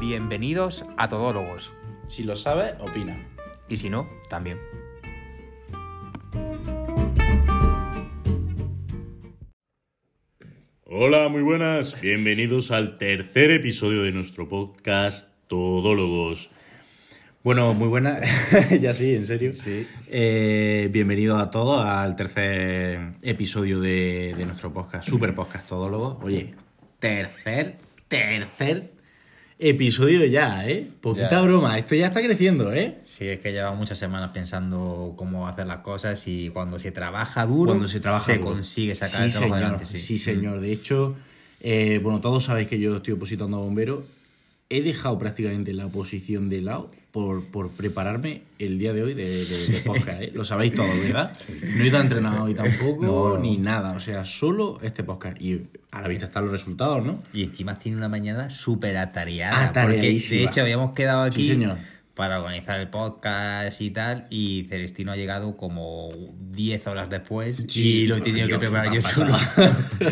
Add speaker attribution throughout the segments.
Speaker 1: Bienvenidos a Todólogos.
Speaker 2: Si lo sabes, opina.
Speaker 1: Y si no, también.
Speaker 3: Hola, muy buenas. Bienvenidos al tercer episodio de nuestro podcast Todólogos.
Speaker 4: Bueno, muy buenas. ya sí, en serio.
Speaker 2: Sí.
Speaker 4: Eh, bienvenidos a todos al tercer episodio de, de nuestro podcast, Super Podcast Todólogo. Oye, tercer, tercer episodio ya, ¿eh? Poquita
Speaker 2: Ya.
Speaker 4: broma, esto ya está creciendo, ¿eh?
Speaker 5: Sí, es que llevamos muchas semanas pensando cómo hacer las cosas y cuando se trabaja duro,
Speaker 4: Cuando se trabaja duro.
Speaker 5: consigue sacar el trabajo
Speaker 4: señor,
Speaker 5: adelante.
Speaker 4: Sí,
Speaker 5: Sí.
Speaker 4: señor. De hecho, eh, bueno, todos sabéis que yo estoy opositando a bombero. He dejado prácticamente la posición de lado por, por prepararme el día de hoy de, de- de podcast. ¿eh? Lo sabéis todos, ¿verdad? No he ido a entrenar hoy tampoco, ni nada. O sea, solo este podcast. Y a la vista están los resultados, ¿no?
Speaker 5: Mm. Y encima tiene una mañana súper atareada. Porque
Speaker 4: Atareadísima.
Speaker 5: de hecho habíamos quedado aquí
Speaker 4: Sí, señor.
Speaker 5: para organizar el podcast y tal. Y Celestino ha llegado como 10 horas después y lo he tenido que
Speaker 4: Dios,
Speaker 5: preparar
Speaker 4: qué
Speaker 5: yo
Speaker 4: pasada.
Speaker 5: solo.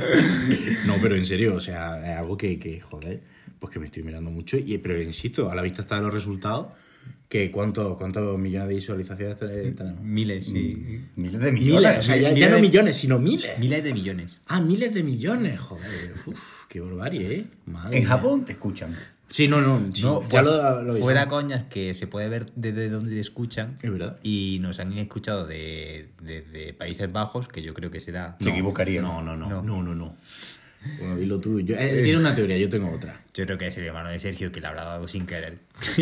Speaker 4: no, pero en serio, o sea, es algo que, que, joder, pues que me estoy mirando mucho. Y, pero insisto, a la vista están los resultados, que cuántos, cuántos millones de visualizaciones te- tenemos.
Speaker 5: Miles, sí.
Speaker 4: Mm.
Speaker 2: Mm, Miles de millones.
Speaker 4: Miles, o sea, ya, ya
Speaker 5: miles
Speaker 4: no
Speaker 5: de-
Speaker 4: millones, sino miles.
Speaker 5: Miles de millones.
Speaker 4: Ah, miles de millones, joder. Uf, qué barbarie, ¿eh? Madre
Speaker 2: En
Speaker 4: mía.
Speaker 2: Japón te escuchan.
Speaker 4: Sí, no, no, sí,
Speaker 5: No,
Speaker 4: ya
Speaker 5: pues,
Speaker 4: lo, lo avisamos.
Speaker 5: fuera coñas que se puede ver desde donde te escuchan.
Speaker 4: Es verdad.
Speaker 5: Y nos han escuchado de, de- de Países Bajos, que yo creo que será.
Speaker 2: Se equivocaría.
Speaker 4: No, no, no,
Speaker 5: No.
Speaker 4: no, no, no. Bueno, dilo tú. Yo, eh, tiene una teoría, yo tengo otra.
Speaker 5: Yo creo que es el hermano de Sergio que le habrá dado sin querer.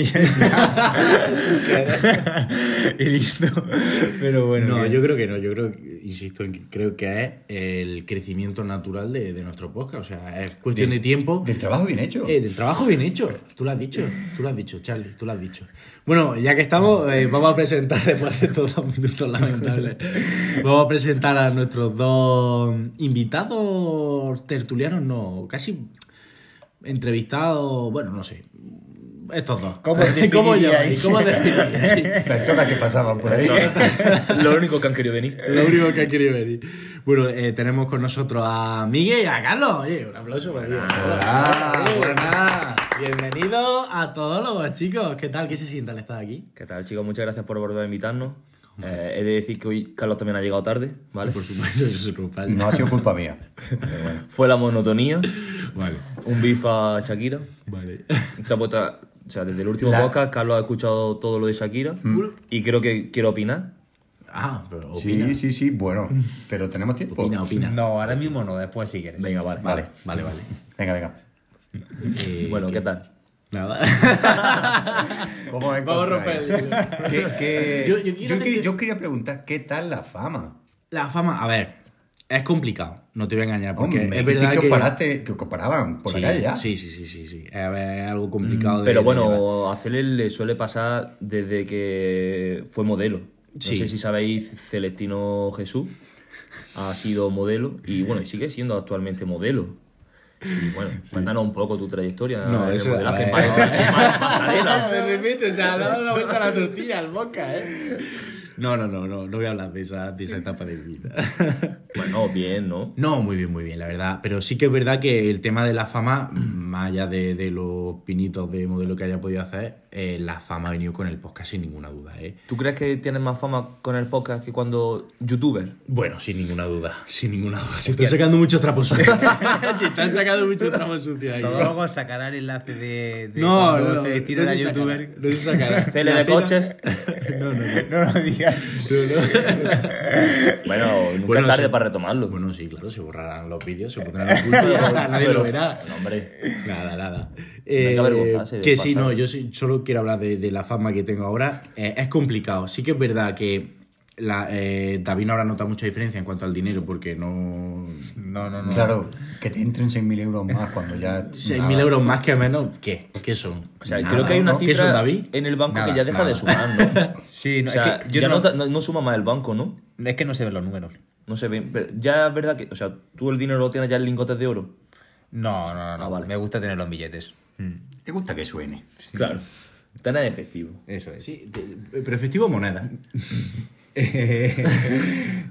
Speaker 5: y listo. Pero bueno.
Speaker 4: no,
Speaker 5: que-
Speaker 4: yo creo que no, yo creo, que- insisto, en que creo que es el crecimiento natural de, de nuestro podcast, o sea, es cuestión de, tiempo.
Speaker 2: Del trabajo bien hecho.
Speaker 4: Eh, del trabajo bien hecho, tú lo has dicho, tú lo has dicho, Charlie, tú lo has dicho. Bueno, ya que estamos, eh, vamos a presentar, después de todos los minutos lamentables, vamos a presentar a nuestros dos invitados tertulianos, no, casi entrevistados, bueno, no sé, estos dos.
Speaker 5: ¿Cómo os
Speaker 4: ¿Cómo
Speaker 5: definiríais?
Speaker 4: llamáis? ¿Cómo definiríais?
Speaker 2: Personas que pasaban por ahí.
Speaker 6: Lo único que han querido venir.
Speaker 4: Lo único que ha querido venir. Bueno, eh, tenemos con nosotros a Miguel y a Carlos. Oye, un aplauso para ellos.
Speaker 2: Hola, buenas.
Speaker 4: Bienvenidos a todos los chicos. ¿Qué tal? ¿Qué se siente al estar aquí?
Speaker 6: ¿Qué tal, chicos? Muchas gracias por volver a invitarnos. Eh, he de decir que hoy Carlos también ha llegado tarde, ¿vale?
Speaker 4: Por supuesto, eso es culpa.
Speaker 2: No ha sido culpa mía.
Speaker 6: Fue la monotonía,
Speaker 4: Vale.
Speaker 6: un bif a Shakira.
Speaker 4: Vale.
Speaker 6: Se ha puesto a- o sea, desde el último
Speaker 2: La-
Speaker 6: podcast, Carlos ha escuchado todo lo de Shakira
Speaker 4: Mm.
Speaker 6: y creo que quiero opinar.
Speaker 4: Ah, pero opina.
Speaker 2: Sí, sí, sí, bueno. Pero tenemos tiempo.
Speaker 4: Opina, opina.
Speaker 5: No, ahora mismo no, después si quieres.
Speaker 6: Venga, vale.
Speaker 2: Vale.
Speaker 4: Vale, vale.
Speaker 2: Venga, venga.
Speaker 4: Eh,
Speaker 6: Bueno, ¿qué tal?
Speaker 4: Nada.
Speaker 2: ¿Cómo os
Speaker 4: Vamos a
Speaker 2: encontráis?
Speaker 4: romper el hielo.
Speaker 2: ¿Qué- qué-
Speaker 4: Yo-
Speaker 2: Yo,
Speaker 4: yo quiero
Speaker 2: quería,
Speaker 4: hacer-
Speaker 2: yo quería preguntar, ¿qué tal la fama?
Speaker 4: La fama, a ver, es complicado. No te voy a engañar porque
Speaker 2: Hombre,
Speaker 4: es verdad
Speaker 2: que,
Speaker 4: que...
Speaker 2: os paraste- que os comparaban por
Speaker 4: sí,
Speaker 2: la calle ya. Mm,
Speaker 4: sí, sí, sí, sí, sí. A ver, es algo complicado. de-
Speaker 6: Pero
Speaker 4: de llevar.
Speaker 6: bueno, a Cele le suele pasar desde que fue modelo. No
Speaker 4: Sí.
Speaker 6: sé si sabéis, Celestino Jesús ha sido modelo y bueno, y sigue siendo actualmente modelo. Y bueno, cuéntanos un poco tu trayectoria
Speaker 4: No,
Speaker 6: en el
Speaker 4: eso- eh.
Speaker 6: modelaje
Speaker 4: a
Speaker 6: en
Speaker 4: ver.
Speaker 6: Pas- en Pas- pasarela.
Speaker 4: Te repito, o sea, le ha dado la vuelta a la tortilla al boca, ¿eh? No, no, no, no, no voy a hablar de esa, de esa etapa de mi vida.
Speaker 6: Bueno, bien, ¿no?
Speaker 4: No, muy bien, muy bien, la verdad. Pero sí que es verdad que el tema de la fama, más allá de, de los pinitos de modelo que haya podido hacer, eh, la fama ha venido con el podcast sin ninguna duda, ¿eh?
Speaker 6: ¿Tú crees que tienes más fama con el podcast que cuando youtuber?
Speaker 4: Bueno, sin ninguna duda, sin ninguna duda. Se están sacando muchos trapos sucios. Se están sacando muchos trapos sucios aquí.
Speaker 5: Todólogos sacará el enlace de, de
Speaker 4: No,
Speaker 5: cuando
Speaker 4: no, no,
Speaker 5: te tira
Speaker 4: no
Speaker 5: la
Speaker 4: se sacará,
Speaker 5: youtuber.
Speaker 4: no se sacará.
Speaker 6: Cele
Speaker 4: La
Speaker 6: de
Speaker 4: pena-
Speaker 6: coches.
Speaker 4: No, no, no.
Speaker 5: No lo digas.
Speaker 6: Bueno, nunca
Speaker 4: Bueno,
Speaker 6: es tarde
Speaker 4: sí.
Speaker 6: para retomarlo.
Speaker 4: Bueno, sí, claro, se borrarán los vídeos, se pondrán en culpa, nadie lo verá.
Speaker 6: Bueno, hombre.
Speaker 4: Nada, nada.
Speaker 6: que
Speaker 4: Eh,
Speaker 6: avergonzarse del
Speaker 4: que sí,
Speaker 6: pasado.
Speaker 4: no, yo sí- solo quiero hablar de, de la fama que tengo ahora. Eh, es complicado. Sí que es verdad que la, eh, David no habrá notado mucha diferencia en cuanto al dinero, porque no.
Speaker 5: No, no, no.
Speaker 2: Claro, que te entren 6.000 euros más cuando ya...
Speaker 4: 6.000
Speaker 2: nada.
Speaker 4: euros más que menos, ¿qué? ¿Qué son?
Speaker 6: O sea,
Speaker 4: Nada,
Speaker 6: creo que hay una
Speaker 4: ¿no? ¿Qué
Speaker 6: cifra Eh,
Speaker 4: son, David?
Speaker 6: en el banco
Speaker 5: Nada,
Speaker 6: que ya deja
Speaker 5: nada.
Speaker 6: de sumar, ¿no?
Speaker 5: Sí, no,
Speaker 6: o sea,
Speaker 5: es que yo
Speaker 6: ya
Speaker 5: no,
Speaker 6: no... ta- no- no suma más el banco, ¿no?
Speaker 5: Es que no se ven los números.
Speaker 6: No sé, bien, pero ya es verdad que, o sea, tú el dinero lo tienes ya en lingotes de oro.
Speaker 5: No, no, no. no.
Speaker 6: Ah, vale.
Speaker 5: Me gusta tener los billetes.
Speaker 2: ¿Te gusta que suene?
Speaker 6: Claro. Tienes efectivo.
Speaker 5: Eso es.
Speaker 4: Sí, te- pero efectivo o moneda.
Speaker 1: Eh,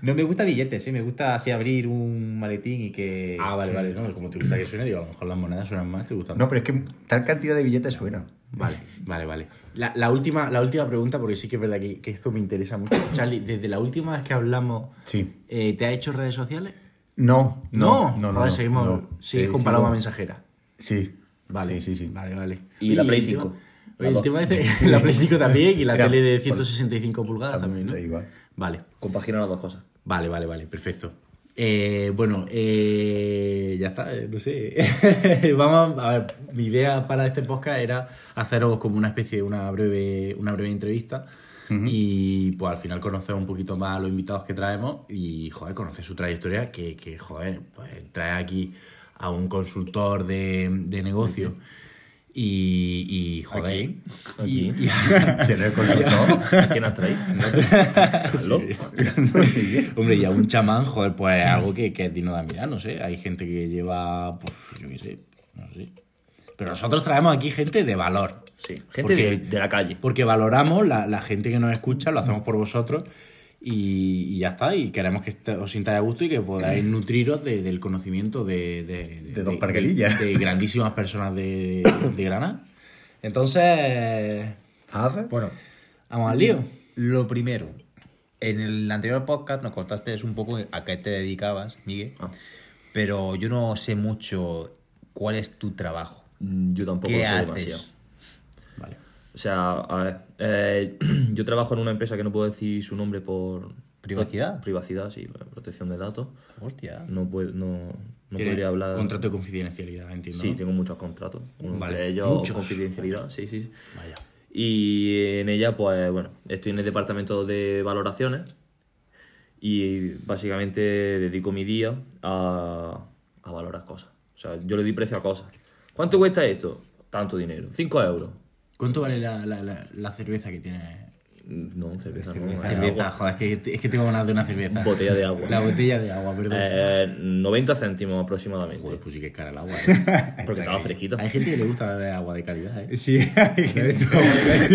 Speaker 1: no me gusta billetes, sí, me gusta así abrir un maletín y que.
Speaker 4: Ah, vale, vale. No, como te gusta que suene, digo, a lo mejor las monedas suenan más, te gustan
Speaker 2: No, pero es que tal cantidad de billetes suena.
Speaker 4: Vale, vale, vale. La, la última, la última pregunta, porque sí que es verdad que, que esto me interesa mucho. Charlie, desde la última vez que hablamos,
Speaker 2: Sí.
Speaker 4: eh, ¿te ha hecho redes sociales?
Speaker 2: No, no, no, no.
Speaker 4: Vale,
Speaker 2: no,
Speaker 4: seguimos.
Speaker 2: no.
Speaker 4: Sí,
Speaker 2: Eh,
Speaker 4: con Paloma
Speaker 2: sigo-
Speaker 4: Mensajera.
Speaker 2: Sí.
Speaker 4: Vale,
Speaker 2: Sí, sí, sí.
Speaker 4: Vale, vale.
Speaker 6: Y la
Speaker 4: Oye,
Speaker 6: Play
Speaker 4: el tema-
Speaker 6: 5.
Speaker 4: oye,
Speaker 6: Las
Speaker 4: el
Speaker 6: dos.
Speaker 4: tema de la Play 5 también y la
Speaker 2: Mira,
Speaker 4: tele de
Speaker 2: por-
Speaker 4: 165 pulgadas también, ¿no?
Speaker 2: Ah, Da igual.
Speaker 4: Vale,
Speaker 6: Compagina las dos cosas.
Speaker 4: vale, vale, vale, perfecto. Eh, bueno, eh, ya está, eh, no sé. Vamos a a ver, mi idea para este podcast era haceros como una especie de una breve, una breve entrevista. Y pues al final conocer un poquito más a los invitados que traemos y joder, conocer su trayectoria, que, que joder, pues trae aquí a un consultor de, de negocio y, y joder.
Speaker 2: quién?
Speaker 6: ¿A
Speaker 4: y-
Speaker 6: quién?
Speaker 4: y-
Speaker 2: ¿Quién es el consultor?
Speaker 6: ¿A quién has traído? ¿Aló?
Speaker 4: Hombre, y a un chamán, joder, pues es algo que, que es digno de mirar, no sé. Hay gente que lleva, pues, yo qué sé, no sé. Pero nosotros traemos aquí gente de valor.
Speaker 6: Sí, gente
Speaker 4: Porque-
Speaker 6: de, de la calle.
Speaker 4: Porque valoramos la, la gente que nos escucha, lo hacemos por vosotros y, y ya está. Y queremos que este- os sintáis a gusto y que podáis nutriros de- del conocimiento de, de,
Speaker 2: De don Parguelilla.
Speaker 4: de grandísimas personas de, de Granada. Entonces,
Speaker 2: Ah,
Speaker 5: Bueno,
Speaker 4: vamos al lío.
Speaker 5: lo primero. En el anterior podcast nos contaste un poco a qué te dedicabas, Miguel.
Speaker 6: Ah.
Speaker 5: Pero yo no sé mucho cuál es tu trabajo.
Speaker 6: Mm, Yo tampoco
Speaker 5: ¿Qué
Speaker 6: lo sé
Speaker 5: haces?
Speaker 6: demasiado.
Speaker 4: Vale.
Speaker 6: O sea, a ver, eh, yo trabajo en una empresa que no puedo decir su nombre por...
Speaker 5: ¿Privacidad?
Speaker 6: por- Privacidad, sí, por protección de datos.
Speaker 5: Hostia.
Speaker 6: No, puedo, no, no
Speaker 4: Tiene
Speaker 6: podría hablar...
Speaker 4: Contrato de confidencialidad, entiendo.
Speaker 6: Sí,
Speaker 4: ¿no?
Speaker 6: tengo muchos contratos. Uno
Speaker 4: Vale,
Speaker 6: entre ellos
Speaker 4: muchos.
Speaker 6: confidencialidad, sí, sí. sí.
Speaker 4: Vaya.
Speaker 6: Y en ella, pues bueno, estoy en el departamento de valoraciones y básicamente dedico mi día a, a valorar cosas. O sea, yo le doy precio a cosas. ¿Cuánto cuesta esto? Tanto dinero. 5 euros.
Speaker 4: ¿Cuánto vale la, la- la- la cerveza que tiene?
Speaker 6: No, cerveza, no, es
Speaker 4: Cerveza,
Speaker 6: agua.
Speaker 4: joder, es que, es que tengo ganas de una cerveza.
Speaker 6: Botella de agua.
Speaker 4: La botella de agua, perdón.
Speaker 6: Eh, 90 céntimos aproximadamente.
Speaker 4: Joder, pues sí que es cara el agua. ¿eh?
Speaker 6: porque estaba fresquito.
Speaker 4: Hay gente que le gusta beber agua de calidad, ¿eh?
Speaker 5: Sí,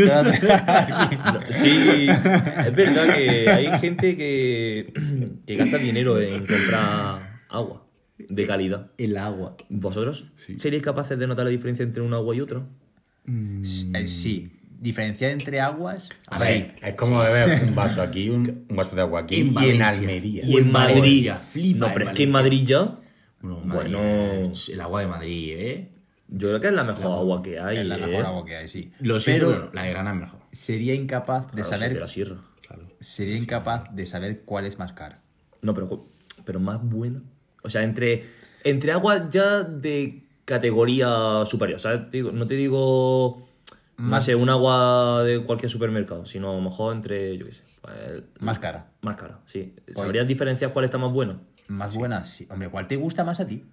Speaker 6: No, sí, es verdad que hay gente que, que gasta dinero en comprar agua de calidad.
Speaker 4: El agua.
Speaker 6: ¿Vosotros seríais capaces de notar la diferencia entre un agua y otro? Mm.
Speaker 5: Eh, sí. Diferenciar entre aguas.
Speaker 2: A
Speaker 5: sí.
Speaker 2: ver, es como beber un vaso aquí, un, un vaso de agua aquí y en
Speaker 4: Valencia.
Speaker 2: Almería.
Speaker 4: Y en Valencia, flipa
Speaker 6: no,
Speaker 4: en
Speaker 6: pero es que en
Speaker 4: Valencia.
Speaker 6: Madrid ya.
Speaker 4: Bueno,
Speaker 6: Bueno.
Speaker 4: Madrid, eh, el agua de Madrid, ¿eh?
Speaker 6: Yo creo que es la mejor agua que hay.
Speaker 5: es la
Speaker 6: eh.
Speaker 5: mejor agua que hay, sí.
Speaker 4: Lo siento, pero, la de Granada es mejor.
Speaker 5: Sería incapaz de
Speaker 6: Claro, sí, de
Speaker 5: saber.
Speaker 6: la sierra.
Speaker 5: Sería incapaz de saber cuál es más cara.
Speaker 6: No, pero, pero más buena. O sea, entre, entre agua ya de categoría superior. O sea, te digo- no te digo,
Speaker 5: Mm.
Speaker 6: no sé, un agua de cualquier supermercado, sino a lo mejor entre, yo qué sé, pues,
Speaker 5: Más cara.
Speaker 6: más cara, sí. ¿Sabrías diferenciar cuál está más bueno?
Speaker 5: Más buena, sí. Hombre, ¿cuál te gusta más a ti?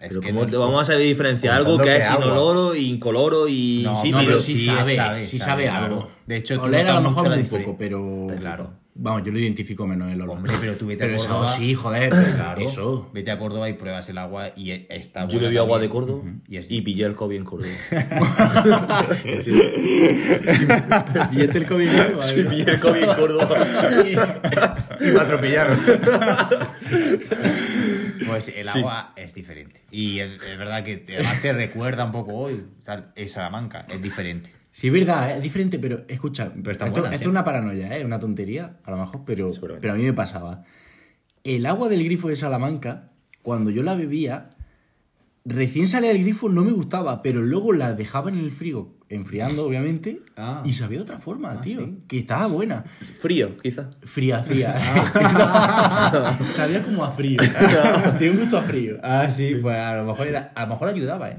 Speaker 5: Es
Speaker 6: Pero
Speaker 5: que
Speaker 6: ¿cómo
Speaker 5: no-
Speaker 6: te vamos a saber diferenciar
Speaker 2: Contando
Speaker 6: algo que
Speaker 2: que
Speaker 6: es
Speaker 2: agua.
Speaker 6: inoloro, incoloro y
Speaker 5: No,
Speaker 6: insípido?
Speaker 4: no, pero sí,
Speaker 5: sí
Speaker 4: sabe,
Speaker 5: sabe,
Speaker 4: sí
Speaker 5: sabe,
Speaker 4: sabe,
Speaker 5: claro.
Speaker 4: algo.
Speaker 5: De hecho, tú
Speaker 4: oler a lo
Speaker 5: notas
Speaker 4: mejor
Speaker 5: mucho la
Speaker 4: un poco,
Speaker 5: diferen-
Speaker 4: pero...
Speaker 6: Te
Speaker 4: Claro.
Speaker 6: flipa.
Speaker 4: Vamos, yo lo identifico menos el olor.
Speaker 5: Hombre, pero tú vete
Speaker 4: Pero
Speaker 5: a
Speaker 4: el
Speaker 5: Córdoba.
Speaker 4: sabor sí, joder,
Speaker 5: Claro.
Speaker 4: claro. Eso.
Speaker 5: Vete a Córdoba y pruebas el agua y e- está
Speaker 6: Yo
Speaker 5: buena
Speaker 6: bebí agua de
Speaker 5: también.
Speaker 6: Córdoba
Speaker 5: Y es-
Speaker 6: y pillé el COVID en Córdoba.
Speaker 4: Y este el COVID. ¿no?
Speaker 6: Sí, pillé el COVID en Córdoba.
Speaker 2: Y me atropellaron.
Speaker 5: Pues el agua es diferente. Y el- es verdad que te, además te recuerda un poco hoy. tal, es Salamanca, es diferente.
Speaker 4: Sí, es verdad, ¿eh? es diferente, pero escucha,
Speaker 5: está
Speaker 4: esto,
Speaker 5: buena, sí.
Speaker 4: esto es una paranoia, ¿eh? una tontería, a lo mejor, pero,
Speaker 6: Seguramente.
Speaker 4: pero a mí me pasaba. El agua del grifo de Salamanca, cuando yo la bebía, recién salía del grifo no me gustaba, pero luego la dejaba en el frigo, enfriando, obviamente,
Speaker 5: Ah.
Speaker 4: y sabía de otra forma, tío, que estaba buena.
Speaker 6: Frío, quizás.
Speaker 4: Fría, fría. sabía como a frío. Tiene un gusto a frío.
Speaker 5: Ah, sí, pues a lo mejor, era- a lo mejor ayudaba, ¿eh?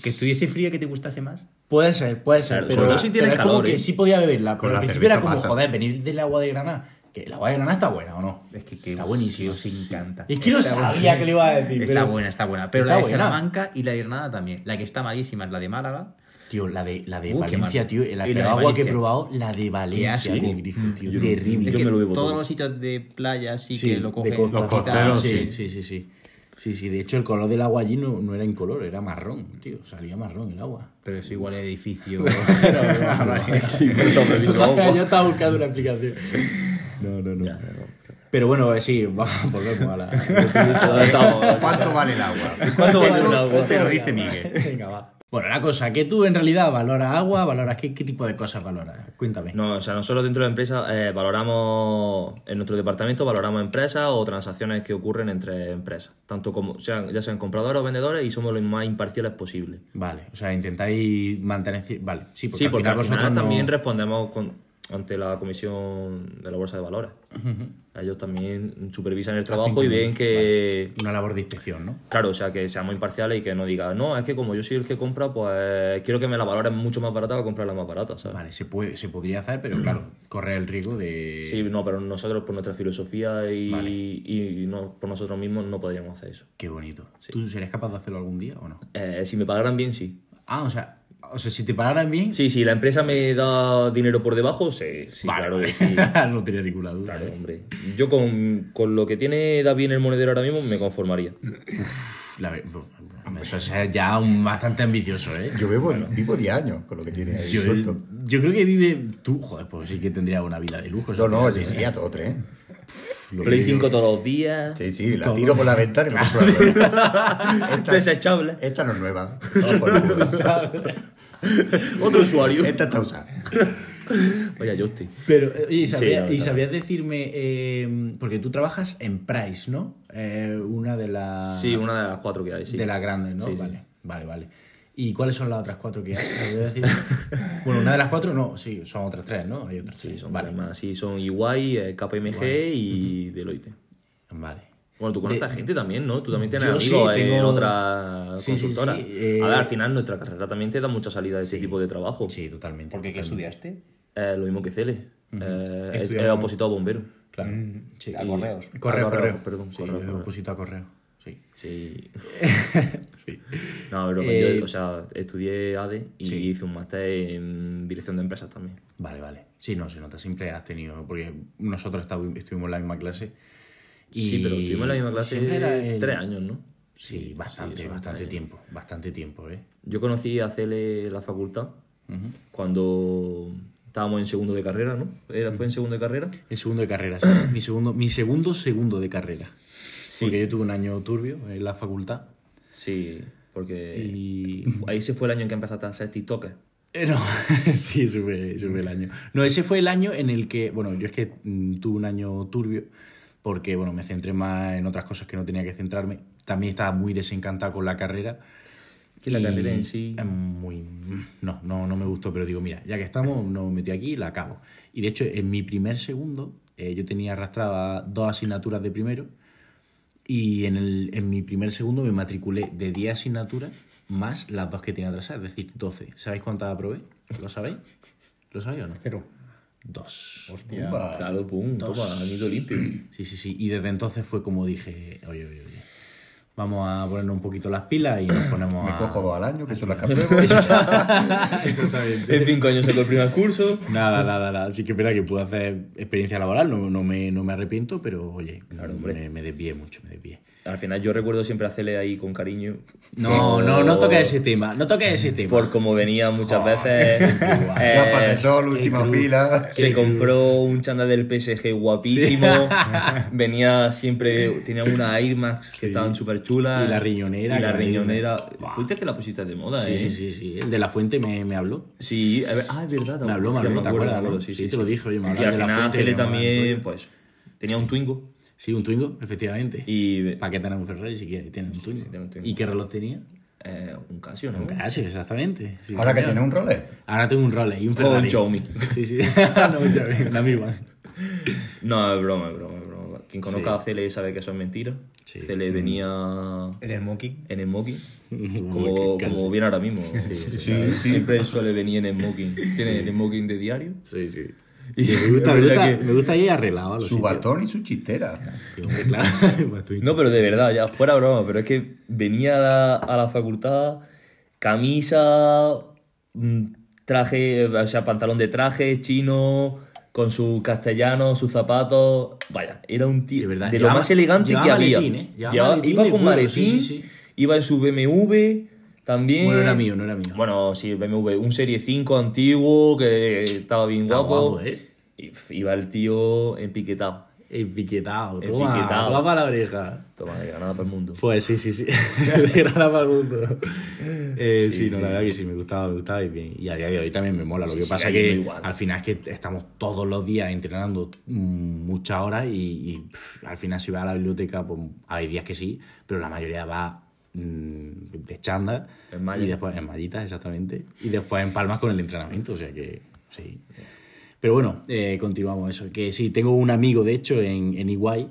Speaker 5: Que estuviese fría, que te gustase más.
Speaker 4: Puede ser, puede ser.
Speaker 6: Claro,
Speaker 4: pero
Speaker 6: sobre todo si
Speaker 4: pero
Speaker 6: tiene
Speaker 4: es como
Speaker 6: calor,
Speaker 4: que
Speaker 6: ¿eh?
Speaker 4: sí podía beberla.
Speaker 2: Con
Speaker 4: Pero al
Speaker 2: la
Speaker 4: principio era
Speaker 2: cerveza
Speaker 4: como,
Speaker 2: pasa.
Speaker 4: joder, venir del agua de Granada. Que el agua de Granada está buena, ¿o no?
Speaker 5: Es que,
Speaker 4: está buenísimo.
Speaker 5: Se encanta.
Speaker 4: Es que no sabía que le iba a decir.
Speaker 5: Está
Speaker 4: pero-
Speaker 5: buena, está buena. Pero
Speaker 4: Está
Speaker 5: la de
Speaker 4: buena.
Speaker 5: Salamanca y la de Granada también. La que está malísima es la de Málaga.
Speaker 4: Tío, la de, la de
Speaker 5: Uy, qué
Speaker 4: Valencia,
Speaker 5: mal.
Speaker 4: tío. El,
Speaker 5: Y la
Speaker 4: el
Speaker 5: de
Speaker 4: agua que he
Speaker 5: Valencia.
Speaker 4: probado, la de Valencia.
Speaker 5: asco.
Speaker 4: con grifo, tío,
Speaker 6: Yo no-
Speaker 4: terrible.
Speaker 5: Es
Speaker 6: Yo
Speaker 5: que
Speaker 6: me lo bebo
Speaker 5: todos
Speaker 6: todo.
Speaker 5: los sitios de playa sí,
Speaker 4: Sí,
Speaker 5: que lo
Speaker 4: de
Speaker 5: cogen.
Speaker 4: costa.
Speaker 5: y
Speaker 2: Los
Speaker 5: tal,
Speaker 2: costeros,
Speaker 4: sí, sí, sí, sí. Sí, sí. De hecho, el color del agua allí no, no era incolor, era marrón, tío. Salía marrón el agua.
Speaker 5: Pero eso igual es edificio.
Speaker 4: Yo estaba buscando una explicación. No, no, no.
Speaker 6: Ya.
Speaker 4: Pero bueno, eh, sí, vamos, volvemos a la.
Speaker 6: Todo está-
Speaker 2: ¿Cuánto vale el agua?
Speaker 6: ¿Cuánto vale
Speaker 2: Eso
Speaker 6: el agua?
Speaker 2: Te lo dice Miguel.
Speaker 4: Venga, va. Bueno, la cosa, que tú en realidad valoras agua, valoras qué, qué tipo de cosas valoras. Cuéntame.
Speaker 6: No, o sea, nosotros dentro de la empresa eh, valoramos, en nuestro departamento valoramos empresas o transacciones que ocurren entre empresas, tanto como sean, ya sean compradores o vendedores y somos los más imparciales posible.
Speaker 4: Vale, o sea, intentáis mantener. ci- Vale, sí, porque,
Speaker 6: sí,
Speaker 4: al
Speaker 6: porque
Speaker 4: final
Speaker 6: al final,
Speaker 4: vosotros no-
Speaker 6: también respondemos con- ante la comisión de la bolsa de valores. Ellos también supervisan el trabajo y ven que,
Speaker 4: Una labor de inspección, ¿no?
Speaker 6: Claro, o sea, que seamos imparciales y que no diga, no, es que como yo soy el que compra, pues quiero que me la valoren mucho más barata que comprar la más barata, ¿sabes?
Speaker 4: Vale, se, puede, se podría hacer, pero claro, corre el riesgo de.
Speaker 6: Sí, no, pero nosotros por nuestra filosofía y,
Speaker 4: Vale.
Speaker 6: y no, por nosotros mismos no podríamos hacer eso.
Speaker 4: Qué bonito. ¿Tú serías capaz de hacerlo algún día o no?
Speaker 6: Eh, si me pagaran bien, sí.
Speaker 4: Ah, o sea, o sea si te pararan bien.
Speaker 6: Sí, si la empresa me da dinero por debajo, sí, sí,
Speaker 4: vale,
Speaker 6: claro
Speaker 4: vale.
Speaker 6: que sí.
Speaker 4: no tenía ninguna duda.
Speaker 6: Claro,
Speaker 4: ¿eh?
Speaker 6: hombre. Yo con, con lo que tiene David en el monedero ahora mismo me conformaría.
Speaker 4: La ve- Eso es eh, ya un bastante ambicioso, ¿eh?
Speaker 2: Yo bebo, vivo 10 años con lo que tiene ahí
Speaker 4: Yo,
Speaker 2: suelto.
Speaker 4: yo creo que vive tú, joder, pues sí que tendría una vida de lujo.
Speaker 2: No, no, sí,
Speaker 4: sí,
Speaker 2: sí, a todo tres.
Speaker 4: Lo
Speaker 6: Play
Speaker 4: que yo-
Speaker 6: 5 todos los días,
Speaker 2: Sí, sí, la tiro por la ventana y me compro la nueva. esta,
Speaker 6: desechable.
Speaker 2: esta no es nueva. Toma por culo.
Speaker 6: Otro usuario.
Speaker 2: Esta está usada.
Speaker 6: Vaya, Justin.
Speaker 4: Pero, eh, oye, ¿y
Speaker 6: Sí,
Speaker 4: sabía-
Speaker 6: la
Speaker 4: y
Speaker 6: verdad.
Speaker 4: sabías decirme, eh, porque tú trabajas en Price, ¿no? Eh, una de las...
Speaker 6: Sí, una de las cuatro que hay, sí.
Speaker 4: De las grandes, ¿no?
Speaker 6: Sí, sí.
Speaker 4: vale, vale, vale. ¿Y cuáles son las otras cuatro que hay? ¿Sabías decir? bueno, una de las cuatro, no, sí, son otras tres, ¿no? Hay otras
Speaker 6: Sí,
Speaker 4: tres.
Speaker 6: son
Speaker 4: vale,
Speaker 6: vale. más. Sí, son EY, eh, KPMG y Deloitte.
Speaker 4: Vale.
Speaker 6: Bueno, tú conoces a gente también, ¿no? Tú también tienes
Speaker 4: Yo
Speaker 6: amigos
Speaker 4: sí,
Speaker 6: en
Speaker 4: tengo-
Speaker 6: otras
Speaker 4: Sí, sí, sí,
Speaker 6: consultoras.
Speaker 4: eh,
Speaker 6: A ver, al final nuestra carrera también te da mucha salida de ese tipo de trabajo.
Speaker 4: Sí, totalmente.
Speaker 1: Porque ¿qué
Speaker 4: totalmente.
Speaker 1: estudiaste?
Speaker 6: Eh, lo mismo que Cele. Eh, es-
Speaker 1: Estudiamos-
Speaker 6: es opositor a bombero.
Speaker 4: Claro.
Speaker 6: Mm,
Speaker 4: Sí.
Speaker 1: A correos.
Speaker 4: Correo,
Speaker 6: Ah, correo,
Speaker 4: correo.
Speaker 6: perdón,
Speaker 4: Sí,
Speaker 6: correo,
Speaker 4: yo
Speaker 6: correo.
Speaker 4: oposito a correo. Sí.
Speaker 6: Sí.
Speaker 4: sí.
Speaker 6: No, pero
Speaker 4: Eh,
Speaker 6: yo, o sea, estudié ADE y
Speaker 4: sí.
Speaker 6: hice un máster en dirección de empresas también.
Speaker 4: Vale, vale. Sí, no, se nota. Siempre has tenido. Porque nosotros estabu- estuvimos en la misma clase. Y
Speaker 6: Sí, pero estuvimos en la misma clase
Speaker 4: siempre era el-
Speaker 6: tres años, ¿no?
Speaker 4: Sí, bastante,
Speaker 6: sí, son
Speaker 4: bastante
Speaker 6: tres
Speaker 4: tiempo. Bastante tiempo, ¿eh?
Speaker 6: Yo conocí a Cele en la facultad cuando estábamos en segundo de carrera, ¿no? Era, ¿Fue en segundo de carrera?
Speaker 4: El segundo de carrera, sí. mi, segundo, mi segundo, segundo de carrera. Porque yo tuve un año turbio en la facultad.
Speaker 6: Sí, porque
Speaker 4: Eh. Y.
Speaker 6: ahí se fue el año en que empezaste a hacer TikToker.
Speaker 4: Eh, No, sí, ese fue, ese fue el año. No, ese fue el año en el que, bueno, yo es que mm, tuve un año turbio porque, bueno, me centré más en otras cosas que no tenía que centrarme. También estaba muy desencantado con la carrera.
Speaker 6: Que la
Speaker 4: Y em,
Speaker 6: carrera en sí...
Speaker 4: es muy... No, no, no me gustó, pero digo, mira, ya que estamos, no metí aquí y la acabo. Y de hecho, en mi primer segundo, eh, yo tenía arrastraba dos asignaturas de primero y en, el, en mi primer segundo me matriculé de 10 asignaturas más las dos que tenía atrasadas, es decir, 12. ¿Sabéis cuántas aprobé? ¿Lo sabéis? ¿Lo sabéis o no?
Speaker 1: Cero.
Speaker 4: Dos.
Speaker 1: Hostia.
Speaker 6: Claro, pum, toma, anillo limpio.
Speaker 4: Sí, sí, sí. Y desde entonces fue como dije, oye, oye, oye. Vamos a ponernos un poquito las pilas y nos ponemos
Speaker 2: Me
Speaker 4: a...
Speaker 2: cojo dos al año, que son las que apruebo.
Speaker 4: Eh, Exactamente.
Speaker 6: En cinco años sacó el primer curso.
Speaker 4: Nada, nada, nada. Sí que es verdad que pude hacer experiencia laboral, no, no, me, no me arrepiento, pero oye,
Speaker 6: Claro, hombre.
Speaker 4: me, me desvié mucho, me desvié.
Speaker 6: Al final yo recuerdo siempre a Cele ahí con cariño.
Speaker 4: No,
Speaker 6: Por-
Speaker 4: no, no toques ese tema, no toques ese tema.
Speaker 6: Por cómo venía muchas veces. eh,
Speaker 2: Gafas de sol,
Speaker 4: qué
Speaker 2: última
Speaker 4: cruz.
Speaker 2: fila.
Speaker 6: Se compró un chándal del PSG guapísimo. Venía siempre, tenía una Air Max que estaban súper chulas.
Speaker 4: Y la riñonera,
Speaker 6: Y la
Speaker 4: que me digo.
Speaker 6: riñonera. Fuiste que la pusiste de moda,
Speaker 4: Sí,
Speaker 6: ¿eh?
Speaker 4: sí, sí, sí. El de la fuente me, me habló.
Speaker 6: Sí, a ver, ah, es verdad.
Speaker 4: Me habló, me
Speaker 6: hostia,
Speaker 4: habló, ¿te
Speaker 6: acuerdo,
Speaker 4: acuerdas,
Speaker 6: me acuerdo,
Speaker 4: no? Sí, te lo dije, oye, me
Speaker 6: Y
Speaker 4: hablaban de
Speaker 6: al
Speaker 4: la
Speaker 6: final
Speaker 4: fuente,
Speaker 6: Cele
Speaker 4: me hablaban del
Speaker 6: también,
Speaker 4: Twingo.
Speaker 6: pues, tenía un Twingo.
Speaker 4: Sí, un Twingo, efectivamente.
Speaker 6: Y
Speaker 4: ¿Para qué tener un Ferrari si quieres? Tiene un Twingo.
Speaker 6: tiene un Twingo.
Speaker 4: ¿Y qué reloj tenía?
Speaker 6: eh, un Casio, ¿no?
Speaker 4: Un Casio, exactamente. Sí,
Speaker 2: Ahora que
Speaker 4: señor. Pues
Speaker 2: tiene un Rolex.
Speaker 4: Ahora tengo un Rolex y un
Speaker 6: O un
Speaker 4: Ferrari.
Speaker 6: Xiaomi.
Speaker 4: Sí, sí. no, un Xiaomi, la misma.
Speaker 6: No, es broma, es broma, es broma. Quien conozca a Cele sabe que eso es mentira.
Speaker 4: Sí. Mm.
Speaker 6: Cele venía
Speaker 1: En el mocking.
Speaker 6: en smoking, como,
Speaker 4: Casi.
Speaker 6: como viene ahora mismo. O sea, Siempre suele venir en smoking. Tiene el smoking de diario.
Speaker 4: Sí, sí.
Speaker 6: Y
Speaker 4: Me gusta,
Speaker 6: es
Speaker 4: me
Speaker 6: verdad
Speaker 4: gusta,
Speaker 6: que-
Speaker 4: me gusta ir arreglado a los
Speaker 2: Su
Speaker 4: sitios.
Speaker 2: batón y su chistera.
Speaker 4: Sí, hombre, claro. Pues tú-
Speaker 6: No, pero de verdad, ya fuera broma, pero es que venía a la, a la facultad, camisa, mm, traje, o sea, pantalón de traje, chino, con su castellano, sus zapatos. Vaya, era un
Speaker 4: Sí,
Speaker 6: tío
Speaker 4: verdad.
Speaker 6: de
Speaker 4: Llevaba-
Speaker 6: lo más elegante
Speaker 4: llevaba
Speaker 6: que
Speaker 4: maletín,
Speaker 6: había.
Speaker 4: ¿eh? Llevaba
Speaker 6: Llevaba-
Speaker 4: maletín
Speaker 6: iba
Speaker 4: de
Speaker 6: con
Speaker 4: cuero,
Speaker 6: maletín,
Speaker 4: sí, sí, sí.
Speaker 6: iba en su BMW también.
Speaker 4: Bueno, no era mío, no era mío.
Speaker 6: Bueno, sí, el BMW, un Serie 5 antiguo que estaba bien
Speaker 4: Está
Speaker 6: guapo.
Speaker 4: guapo, ¿eh?
Speaker 6: Y pf, iba el tío empiquetado.
Speaker 4: Empiquetado, toma,
Speaker 6: Empiquetado.
Speaker 4: toma para la oreja.
Speaker 6: Toma, de Granada para el mundo.
Speaker 4: Pues sí, sí, sí. De Granada para el mundo. Eh, sí,
Speaker 6: Sí,
Speaker 4: no,
Speaker 6: sí.
Speaker 4: la verdad que sí, me gustaba, me gustaba y, bien. y a día de hoy también me mola. Lo
Speaker 6: Sí,
Speaker 4: que
Speaker 6: sí,
Speaker 4: pasa
Speaker 6: a mí
Speaker 4: que
Speaker 6: me igual.
Speaker 4: al final es que estamos todos los días entrenando mm, muchas horas y, y, pff, al final si vas a la biblioteca, pues hay días que sí, pero la mayoría va mm, de chándal
Speaker 6: En malla.
Speaker 4: y después en mallitas, exactamente, y después en palmas con el entrenamiento, o sea que sí. Pero bueno, eh, continuamos eso. Que sí, tengo un amigo, de hecho, en, en Iguay,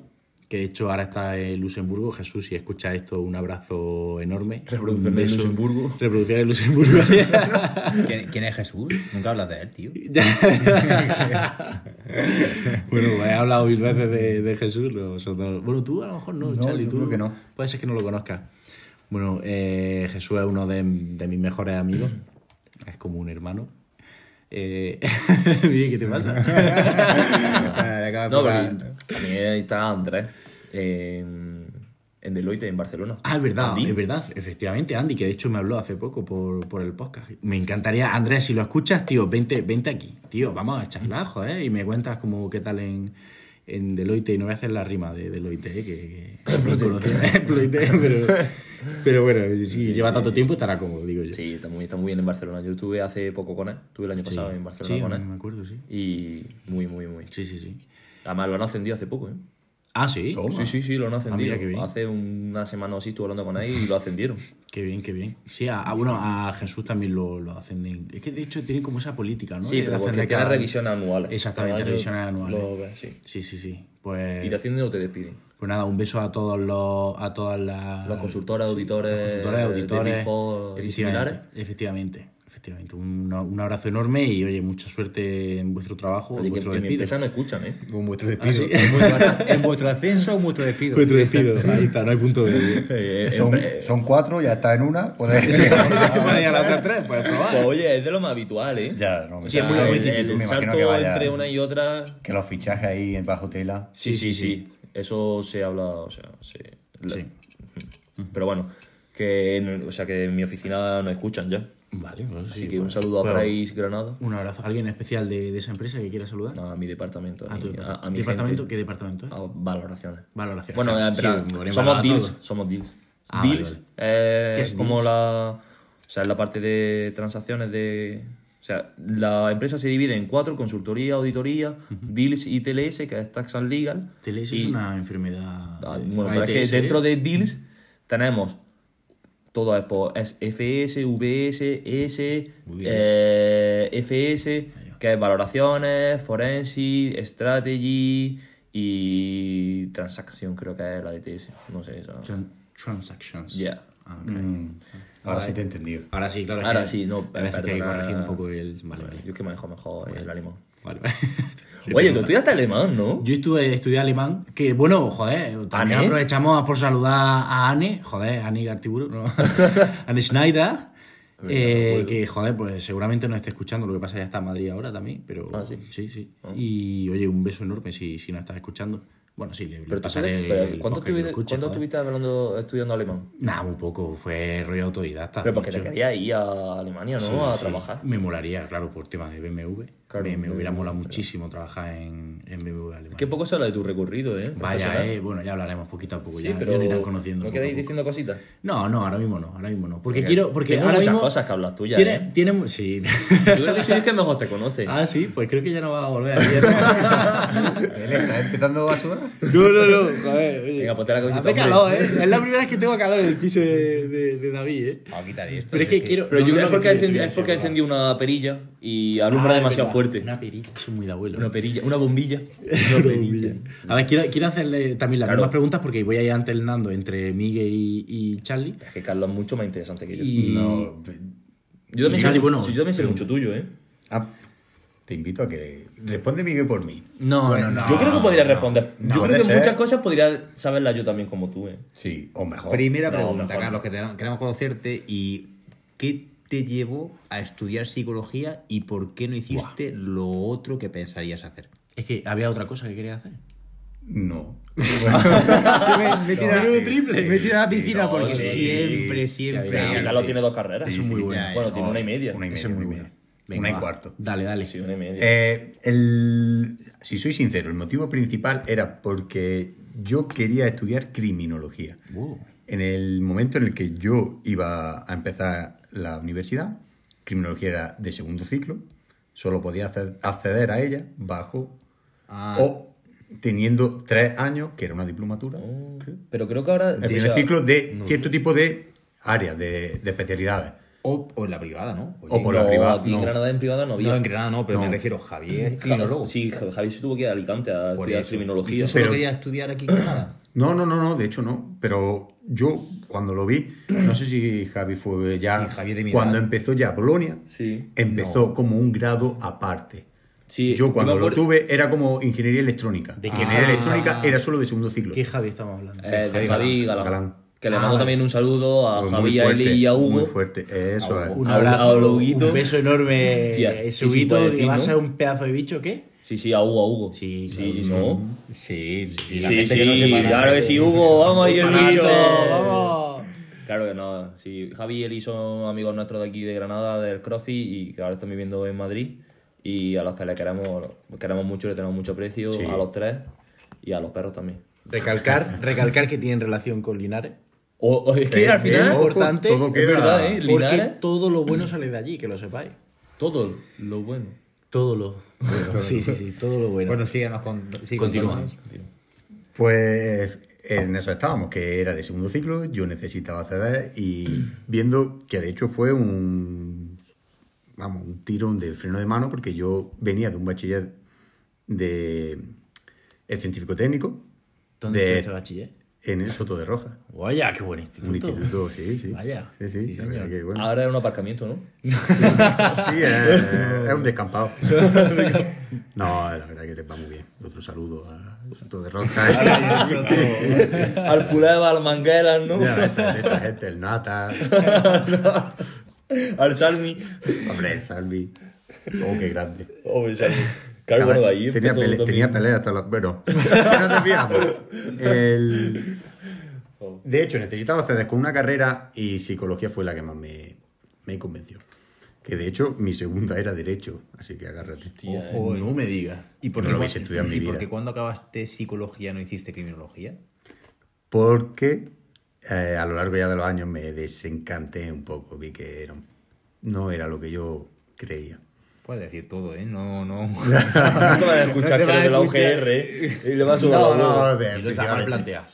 Speaker 4: que de hecho ahora está en Luxemburgo. Jesús, si escucha esto, un abrazo enorme.
Speaker 2: Reproducción
Speaker 4: Un
Speaker 2: en
Speaker 4: beso.
Speaker 2: Luxemburgo.
Speaker 4: Reproducción en Luxemburgo.
Speaker 5: ¿Quién, quién es Jesús? Nunca hablas de él, tío.
Speaker 4: Ya. bueno, pues he hablado mil veces de, de Jesús. no, vosotros- Bueno, tú a lo mejor no,
Speaker 2: No,
Speaker 4: Charlie.
Speaker 2: yo
Speaker 4: tú
Speaker 2: creo que no.
Speaker 4: Puede ser que no lo conozcas. Bueno, eh, Jesús es uno de, de mis mejores amigos. Es como un hermano. Eh, Miguel, ¿Qué te pasa?
Speaker 5: Ah, acaba de
Speaker 6: No, pero
Speaker 5: pegar.
Speaker 6: también está Andrés en, en Deloitte, en Barcelona.
Speaker 4: Ah, es verdad,
Speaker 6: Andy.
Speaker 4: es verdad, efectivamente, Andy, que de hecho me habló hace poco por, por el podcast. Me encantaría, Andrés, si lo escuchas, tío, vente, vente aquí, tío, vamos a
Speaker 6: Mm.
Speaker 4: charlar, joder, y me cuentas como qué tal en, en Deloitte, y no voy a hacer la rima de Deloitte, eh, que... que- Deloitte, pero, pero bueno, si lleva tanto tiempo estará cómodo, digo yo.
Speaker 6: Sí, está muy, está muy bien en Barcelona. Yo estuve hace poco con él, estuve el año pasado en Barcelona
Speaker 4: sí,
Speaker 6: con
Speaker 4: me
Speaker 6: él.
Speaker 4: acuerdo, sí.
Speaker 6: Y muy, muy, muy.
Speaker 4: Sí, sí, sí.
Speaker 6: Además, lo han ascendido hace poco, ¿eh?
Speaker 4: Ah, sí,
Speaker 6: Sí, sí, sí, lo han ascendido.
Speaker 4: Ah, mira, qué bien.
Speaker 6: hace una semana o así estuve hablando con él y lo ascendieron.
Speaker 4: qué bien, qué bien. Sí, a, a- bueno, a Jesús también lo, lo hacen. Es que de hecho tienen como esa política, ¿no?
Speaker 6: Sí,
Speaker 4: De
Speaker 6: pero
Speaker 4: hacer
Speaker 6: porque
Speaker 4: de
Speaker 6: tiene
Speaker 4: cada-
Speaker 6: revisiones anuales.
Speaker 4: Exactamente, eh.
Speaker 6: Cada año
Speaker 4: revisiones anuales.
Speaker 6: lo ves, sí.
Speaker 4: Sí, sí, sí.
Speaker 6: Y te
Speaker 4: Pues,
Speaker 6: ascienden o te despiden.
Speaker 4: pues nada, un beso a todos los, a todas las
Speaker 6: Los consultores, auditores,
Speaker 4: Ah, consultores,
Speaker 6: de Big
Speaker 4: auditores,
Speaker 6: Four y
Speaker 4: efectivamente,
Speaker 6: similares.
Speaker 4: efectivamente, efectivamente. Un, un abrazo enorme y oye, mucha suerte en vuestro trabajo,
Speaker 6: Oye,
Speaker 4: en
Speaker 6: que, que
Speaker 4: vuestro
Speaker 6: en mi
Speaker 4: despido.
Speaker 6: empresa no escuchan, ¿eh?
Speaker 1: Un vuestro
Speaker 5: Ah,
Speaker 1: despido. En, vuestro, en vuestro ascenso, un vuestro despido.
Speaker 4: Vuestro despido, ahí está, no hay punto de.
Speaker 6: Eh, eh,
Speaker 2: Son,
Speaker 6: eh,
Speaker 2: son cuatro, ya está en una. Pues,
Speaker 4: Ah, Vale, a la otra tres, puedes
Speaker 6: pues,
Speaker 4: probar.
Speaker 6: oye, es de lo más habitual, ¿eh?
Speaker 2: ya, no, me
Speaker 6: O sea,
Speaker 2: imagino-
Speaker 6: el- el,
Speaker 2: me imagino
Speaker 6: salto
Speaker 2: que vaya-
Speaker 6: entre una y otra.
Speaker 2: Que los fichajes ahí en bajo tela.
Speaker 6: Sí, sí, sí. Eso se habla, o sea, se- la- Pero bueno, que en, o sea, que en mi oficina no escuchan ya.
Speaker 4: Vale, pues sí.
Speaker 6: Así que un
Speaker 4: bueno.
Speaker 6: saludo a
Speaker 4: Bueno,
Speaker 6: Price Granada,
Speaker 4: Un abrazo. ¿Alguien especial de, de esa empresa que quiera saludar?
Speaker 6: a mi departamento, a,
Speaker 4: a tu
Speaker 6: mi, a,
Speaker 4: departamento.
Speaker 6: a mi
Speaker 4: departamento.
Speaker 6: gente,
Speaker 4: ¿Qué departamento es?
Speaker 6: a valoraciones.
Speaker 4: Valoración.
Speaker 6: Bueno, eh,
Speaker 4: ¿eh? Sí,
Speaker 6: espera,
Speaker 4: podríamos
Speaker 6: somos
Speaker 4: hablar
Speaker 6: deals,
Speaker 4: todos.
Speaker 6: somos deals.
Speaker 4: Ah,
Speaker 6: deals
Speaker 4: vale,
Speaker 6: eh,
Speaker 4: ¿Qué
Speaker 6: es
Speaker 4: es
Speaker 6: como la, o sea, es la parte de transacciones de, o sea, la empresa se divide en cuatro: consultoría, auditoría, deals y TLS, que es tax and legal.
Speaker 4: TLS es
Speaker 6: y-
Speaker 4: una enfermedad.
Speaker 6: Ah,
Speaker 4: eh,
Speaker 6: Bueno,
Speaker 4: una
Speaker 6: pero es
Speaker 4: ETS,
Speaker 6: que
Speaker 4: ¿eh?
Speaker 6: dentro de deals tenemos todo es por es FS, VS, S, eh, FS, que es valoraciones, forensic, strategy y transacción, creo que es la DTS. No sé eso.
Speaker 4: Tran- transactions.
Speaker 6: Yeah.
Speaker 4: Ah, ok.
Speaker 2: Mm, ahora sí te he entendido.
Speaker 4: Ahora sí, claro. es
Speaker 6: Ahora
Speaker 4: que
Speaker 6: sí, no,
Speaker 4: A veces que hay que
Speaker 6: perdona.
Speaker 4: corregir un poco el. Vale,
Speaker 6: Yo
Speaker 4: vale.
Speaker 6: es que manejo mejor el alemán.
Speaker 4: vale.
Speaker 6: Oye, tú estudiaste alemán, ¿no?
Speaker 4: Yo estuve, estudié alemán, que bueno, joder, también
Speaker 6: ¿Ane?
Speaker 4: aprovechamos por saludar a Anne, joder, Anne Gartiburu, no, Anne Schneider, eh, que joder, pues seguramente nos esté escuchando, lo que pasa es que ya está en Madrid ahora también, pero
Speaker 6: Ah, ¿sí?
Speaker 4: sí, sí. Y oye, un beso enorme si, si nos estás escuchando. Bueno, sí, le, le
Speaker 6: Pero tú
Speaker 4: pasaré
Speaker 6: sabes-
Speaker 4: el
Speaker 6: pero ¿Cuánto
Speaker 4: podcast que lo ¿eh?
Speaker 6: estuviste
Speaker 4: escuche,
Speaker 6: cuánto
Speaker 4: joder.
Speaker 6: estuviste hablando, estudiando alemán?
Speaker 4: Nah, muy poco, fue rollo autodidacta.
Speaker 6: Pero porque
Speaker 4: de
Speaker 6: te
Speaker 4: hecho.
Speaker 6: querías ir a Alemania, ¿no?
Speaker 4: Ah, Sí,
Speaker 6: a
Speaker 4: sí.
Speaker 6: trabajar.
Speaker 4: Me molaría, claro, por tema de BMW.
Speaker 6: Claro,
Speaker 4: me, me
Speaker 6: BMW,
Speaker 4: hubiera molado
Speaker 6: claro.
Speaker 4: muchísimo trabajar en, en BMW alemán.
Speaker 6: Qué poco se habla de tu recorrido, ¿eh?
Speaker 4: Vaya,
Speaker 6: profesional.
Speaker 4: eh, bueno, ya hablaremos poquito a poco.
Speaker 6: Sí,
Speaker 4: ya,
Speaker 6: pero
Speaker 4: ya lo irán conociendo.
Speaker 6: ¿No
Speaker 4: poco a
Speaker 6: queréis ir
Speaker 4: poco.
Speaker 6: diciendo cositas?
Speaker 4: No, no, ahora mismo no, ahora mismo no. Porque quiero, porque
Speaker 6: Tengo
Speaker 4: ahora
Speaker 6: muchas
Speaker 4: mismo
Speaker 6: cosas que hablas tuyas,
Speaker 4: Tiene,
Speaker 6: ¿eh?
Speaker 4: tiene, mu- sí.
Speaker 6: Yo creo que soy el que mejor te conoce.
Speaker 4: ah, sí, pues creo que ya no va a volver. no,
Speaker 2: ¿Él está empezando a sudar?
Speaker 4: no, no, joder, oye.
Speaker 6: Venga, ponte la camiseta,
Speaker 4: Hace
Speaker 6: hombre.
Speaker 4: calor, eh. Es la primera vez que tengo calor en el piso de, de, de David, eh.
Speaker 5: Vamos a quitar esto.
Speaker 4: Pero es
Speaker 5: si
Speaker 4: que quiero.
Speaker 6: Pero
Speaker 4: no,
Speaker 6: yo
Speaker 4: no,
Speaker 6: creo
Speaker 4: no,
Speaker 6: que porque ha
Speaker 4: quiero,
Speaker 6: encendido,
Speaker 4: quiero,
Speaker 6: es porque ha
Speaker 4: quiero,
Speaker 6: encendido una perilla y
Speaker 4: quiero.
Speaker 6: alumbra
Speaker 4: Ah,
Speaker 6: demasiado
Speaker 4: verdad,
Speaker 6: fuerte.
Speaker 4: Una perilla, eso es muy de abuelo.
Speaker 6: Una perilla, una bombilla. Una perilla.
Speaker 4: A ver, quiero, quiero hacerle también las
Speaker 6: Claro.
Speaker 4: mismas preguntas porque voy a ir alternando entre Miguel y, y Charlie.
Speaker 6: Es que Carlos es mucho más interesante que yo.
Speaker 4: Y-
Speaker 2: No.
Speaker 6: yo también,
Speaker 4: Charlie,
Speaker 6: sé,
Speaker 4: bueno,
Speaker 6: sí, yo también sé mucho tuyo, ¿eh?
Speaker 2: Ah, te invito a que. Responde Miguel por mí.
Speaker 4: No,
Speaker 2: Bueno,
Speaker 4: no, no.
Speaker 6: yo creo que podría responder.
Speaker 2: No,
Speaker 6: yo creo
Speaker 2: puede
Speaker 6: que
Speaker 2: ser.
Speaker 6: muchas cosas podría saberla yo también como tú, ¿eh?
Speaker 2: Sí, o mejor.
Speaker 1: Primera
Speaker 6: No,
Speaker 1: pregunta,
Speaker 6: mejor no.
Speaker 1: Carlos, que te- queremos conocerte. ¿Y qué te llevó a estudiar psicología y por qué no hiciste lo otro que pensarías hacer?
Speaker 4: Es que había otra cosa que quería hacer.
Speaker 2: No.
Speaker 1: me, he
Speaker 2: tirado-
Speaker 1: tirado
Speaker 2: Menudo triple.
Speaker 1: Me he tirado a la
Speaker 2: Sí,
Speaker 1: piscina
Speaker 2: no,
Speaker 1: porque
Speaker 6: sí,
Speaker 1: siempre,
Speaker 2: sí, sí,
Speaker 1: siempre.
Speaker 2: sí,
Speaker 6: Sí,
Speaker 2: sí,
Speaker 6: Carlos tiene dos carreras.
Speaker 1: Sí, sí,
Speaker 6: bueno.
Speaker 1: ya,
Speaker 6: Bueno,
Speaker 1: ya.
Speaker 6: tiene una y media.
Speaker 2: Una y media.
Speaker 4: Esa es muy
Speaker 2: muy
Speaker 4: buena.
Speaker 2: buena.
Speaker 4: Venga,
Speaker 2: una y
Speaker 4: va.
Speaker 2: cuarto.
Speaker 4: Dale, dale.
Speaker 6: Sí, una y media.
Speaker 2: Eh, el- si soy sincero, el motivo principal era porque yo quería estudiar criminología. En el momento en el que yo iba a empezar la universidad, criminología era de segundo ciclo, solo podía hacer- acceder a ella bajo
Speaker 1: Ah.
Speaker 2: o teniendo tres años, que era una diplomatura,
Speaker 6: Oh.
Speaker 7: Pero creo que ahora.
Speaker 2: el
Speaker 7: o
Speaker 2: primer
Speaker 7: sea,
Speaker 2: ciclo de cierto tipo de áreas, de, de especialidades.
Speaker 1: O, o en la privada, ¿no? Oye,
Speaker 2: O por la
Speaker 6: No,
Speaker 2: privada,
Speaker 6: aquí
Speaker 2: no.
Speaker 6: en Granada en privada no había.
Speaker 1: No, en Granada no, pero
Speaker 2: No.
Speaker 1: me refiero Javier,
Speaker 6: Ja-
Speaker 1: criminólogo.
Speaker 6: Sí, Ja- Javi se tuvo que ir a Alicante a
Speaker 1: Por
Speaker 6: estudiar
Speaker 1: eso.
Speaker 6: criminología.
Speaker 1: ¿Y tú solo
Speaker 2: Pero-
Speaker 1: querías estudiar aquí en Granada?
Speaker 2: No, no, no, no, de hecho no. Pero yo cuando lo vi, no sé si Javi fue ya.
Speaker 1: Sí, Javi de mi edad.
Speaker 2: cuando empezó ya Bolonia,
Speaker 6: Sí.
Speaker 2: empezó como un grado aparte.
Speaker 6: Sí,
Speaker 2: yo cuando
Speaker 6: me
Speaker 2: lo
Speaker 6: acuerdo-
Speaker 2: tuve era como ingeniería electrónica.
Speaker 4: ¿De qué
Speaker 2: ingeniería
Speaker 4: Javi?
Speaker 2: electrónica era solo de segundo ciclo.
Speaker 4: ¿Qué Javi estamos hablando?
Speaker 6: Eh, de
Speaker 2: Javi
Speaker 6: Javi
Speaker 2: Galán,
Speaker 6: Galán.
Speaker 2: Galán.
Speaker 6: Que le
Speaker 4: Ah,
Speaker 6: mando
Speaker 4: vale.
Speaker 6: también un saludo a
Speaker 2: Pues muy
Speaker 6: Javi, a Eli
Speaker 2: fuerte,
Speaker 6: y a Hugo.
Speaker 2: Muy fuerte, eso
Speaker 1: A
Speaker 2: es.
Speaker 1: Hugo.
Speaker 4: Un
Speaker 6: a- a
Speaker 4: abrazo,
Speaker 6: Loguito.
Speaker 4: un beso enorme. eh,
Speaker 6: Hostia,
Speaker 4: ese
Speaker 6: y si
Speaker 4: Huguito,
Speaker 6: puedo
Speaker 4: que
Speaker 6: decir,
Speaker 4: va a
Speaker 6: ¿no?
Speaker 4: ser un pedazo de bicho, ¿qué?
Speaker 6: Sí, sí, a Hugo, a Hugo.
Speaker 4: Sí,
Speaker 6: sí,
Speaker 4: claro,
Speaker 6: ¿no?
Speaker 1: Sí, sí.
Speaker 6: Sí, sí, claro que sí, Hugo, vamos ahí el bicho. Claro que no, sí, Javi y Eli son amigos nuestros de aquí de Granada, del CrossFit, y que ahora están viviendo en Madrid, y a los que le queremos, queremos mucho, le tenemos mucho precio, a los tres, y a los perros también.
Speaker 4: Recalcar, recalcar que tienen relación con Linares.
Speaker 6: O, o- es que al final,
Speaker 2: ojo,
Speaker 4: importante,
Speaker 2: todo
Speaker 4: es
Speaker 2: queda-
Speaker 6: verdad, ¿eh?
Speaker 4: Porque
Speaker 6: Linares.
Speaker 4: todo lo bueno sale de allí, que lo sepáis.
Speaker 6: todo lo bueno.
Speaker 4: Todo lo bueno. sí, sí, sí, todo lo bueno.
Speaker 1: Bueno, síganos con. Sí,
Speaker 4: Continúa.
Speaker 1: continúa.
Speaker 2: Pues en eso estábamos, que era de segundo ciclo, yo necesitaba acceder y viendo que de hecho fue un, vamos, un tirón de freno de mano porque yo venía de un bachiller de el científico técnico
Speaker 4: ¿Dónde
Speaker 2: de-
Speaker 4: estuviste bachiller?
Speaker 2: en el Soto de Roja.
Speaker 4: Vaya, qué buen instituto.
Speaker 2: Un instituto, sí, sí.
Speaker 4: Vaya.
Speaker 2: Sí, sí,
Speaker 4: Sí,
Speaker 2: la verdad
Speaker 4: señor.
Speaker 2: que bueno.
Speaker 6: Ahora es un aparcamiento, ¿no?
Speaker 2: Sí, es, es un descampado. No, la verdad que les va muy bien. Otro saludo a Soto de Roja.
Speaker 6: al Puleva, al Manguelas, ¿no?
Speaker 2: Ya, esta- esa gente, el Nata.
Speaker 6: al Salmi.
Speaker 2: Hombre, Salvi. Oh, qué grande.
Speaker 6: Hombre, Salmi. Claro, bueno, de ahí
Speaker 2: tenía,
Speaker 6: empezó
Speaker 2: pele-
Speaker 6: también.
Speaker 2: tenía pelea hasta las. Bueno, que no te fijamos. El-
Speaker 6: Oh.
Speaker 2: De hecho, necesitaba hacer con una carrera y psicología fue la que más me, me convenció. Que de hecho, mi segunda era Derecho, así que agárrate.
Speaker 1: Ojo, no me digas. ¿Y por
Speaker 2: No
Speaker 1: qué
Speaker 2: lo hubiese
Speaker 1: cua-
Speaker 2: estudiado en mi
Speaker 1: ¿Y por
Speaker 2: vida.
Speaker 1: qué cuando acabaste psicología no hiciste criminología?
Speaker 2: Porque eh, a lo largo ya de los años me desencanté un poco. Vi que era un- no era lo que yo creía.
Speaker 1: Puedes decir todo, ¿eh? No, no.
Speaker 6: No te van a escuchar
Speaker 1: No te
Speaker 6: que
Speaker 1: van a
Speaker 6: eres de la
Speaker 1: escuchar.
Speaker 6: UGR ¿eh? y le va a sudar la huevo.
Speaker 2: de-
Speaker 4: Y lo está mal planteada.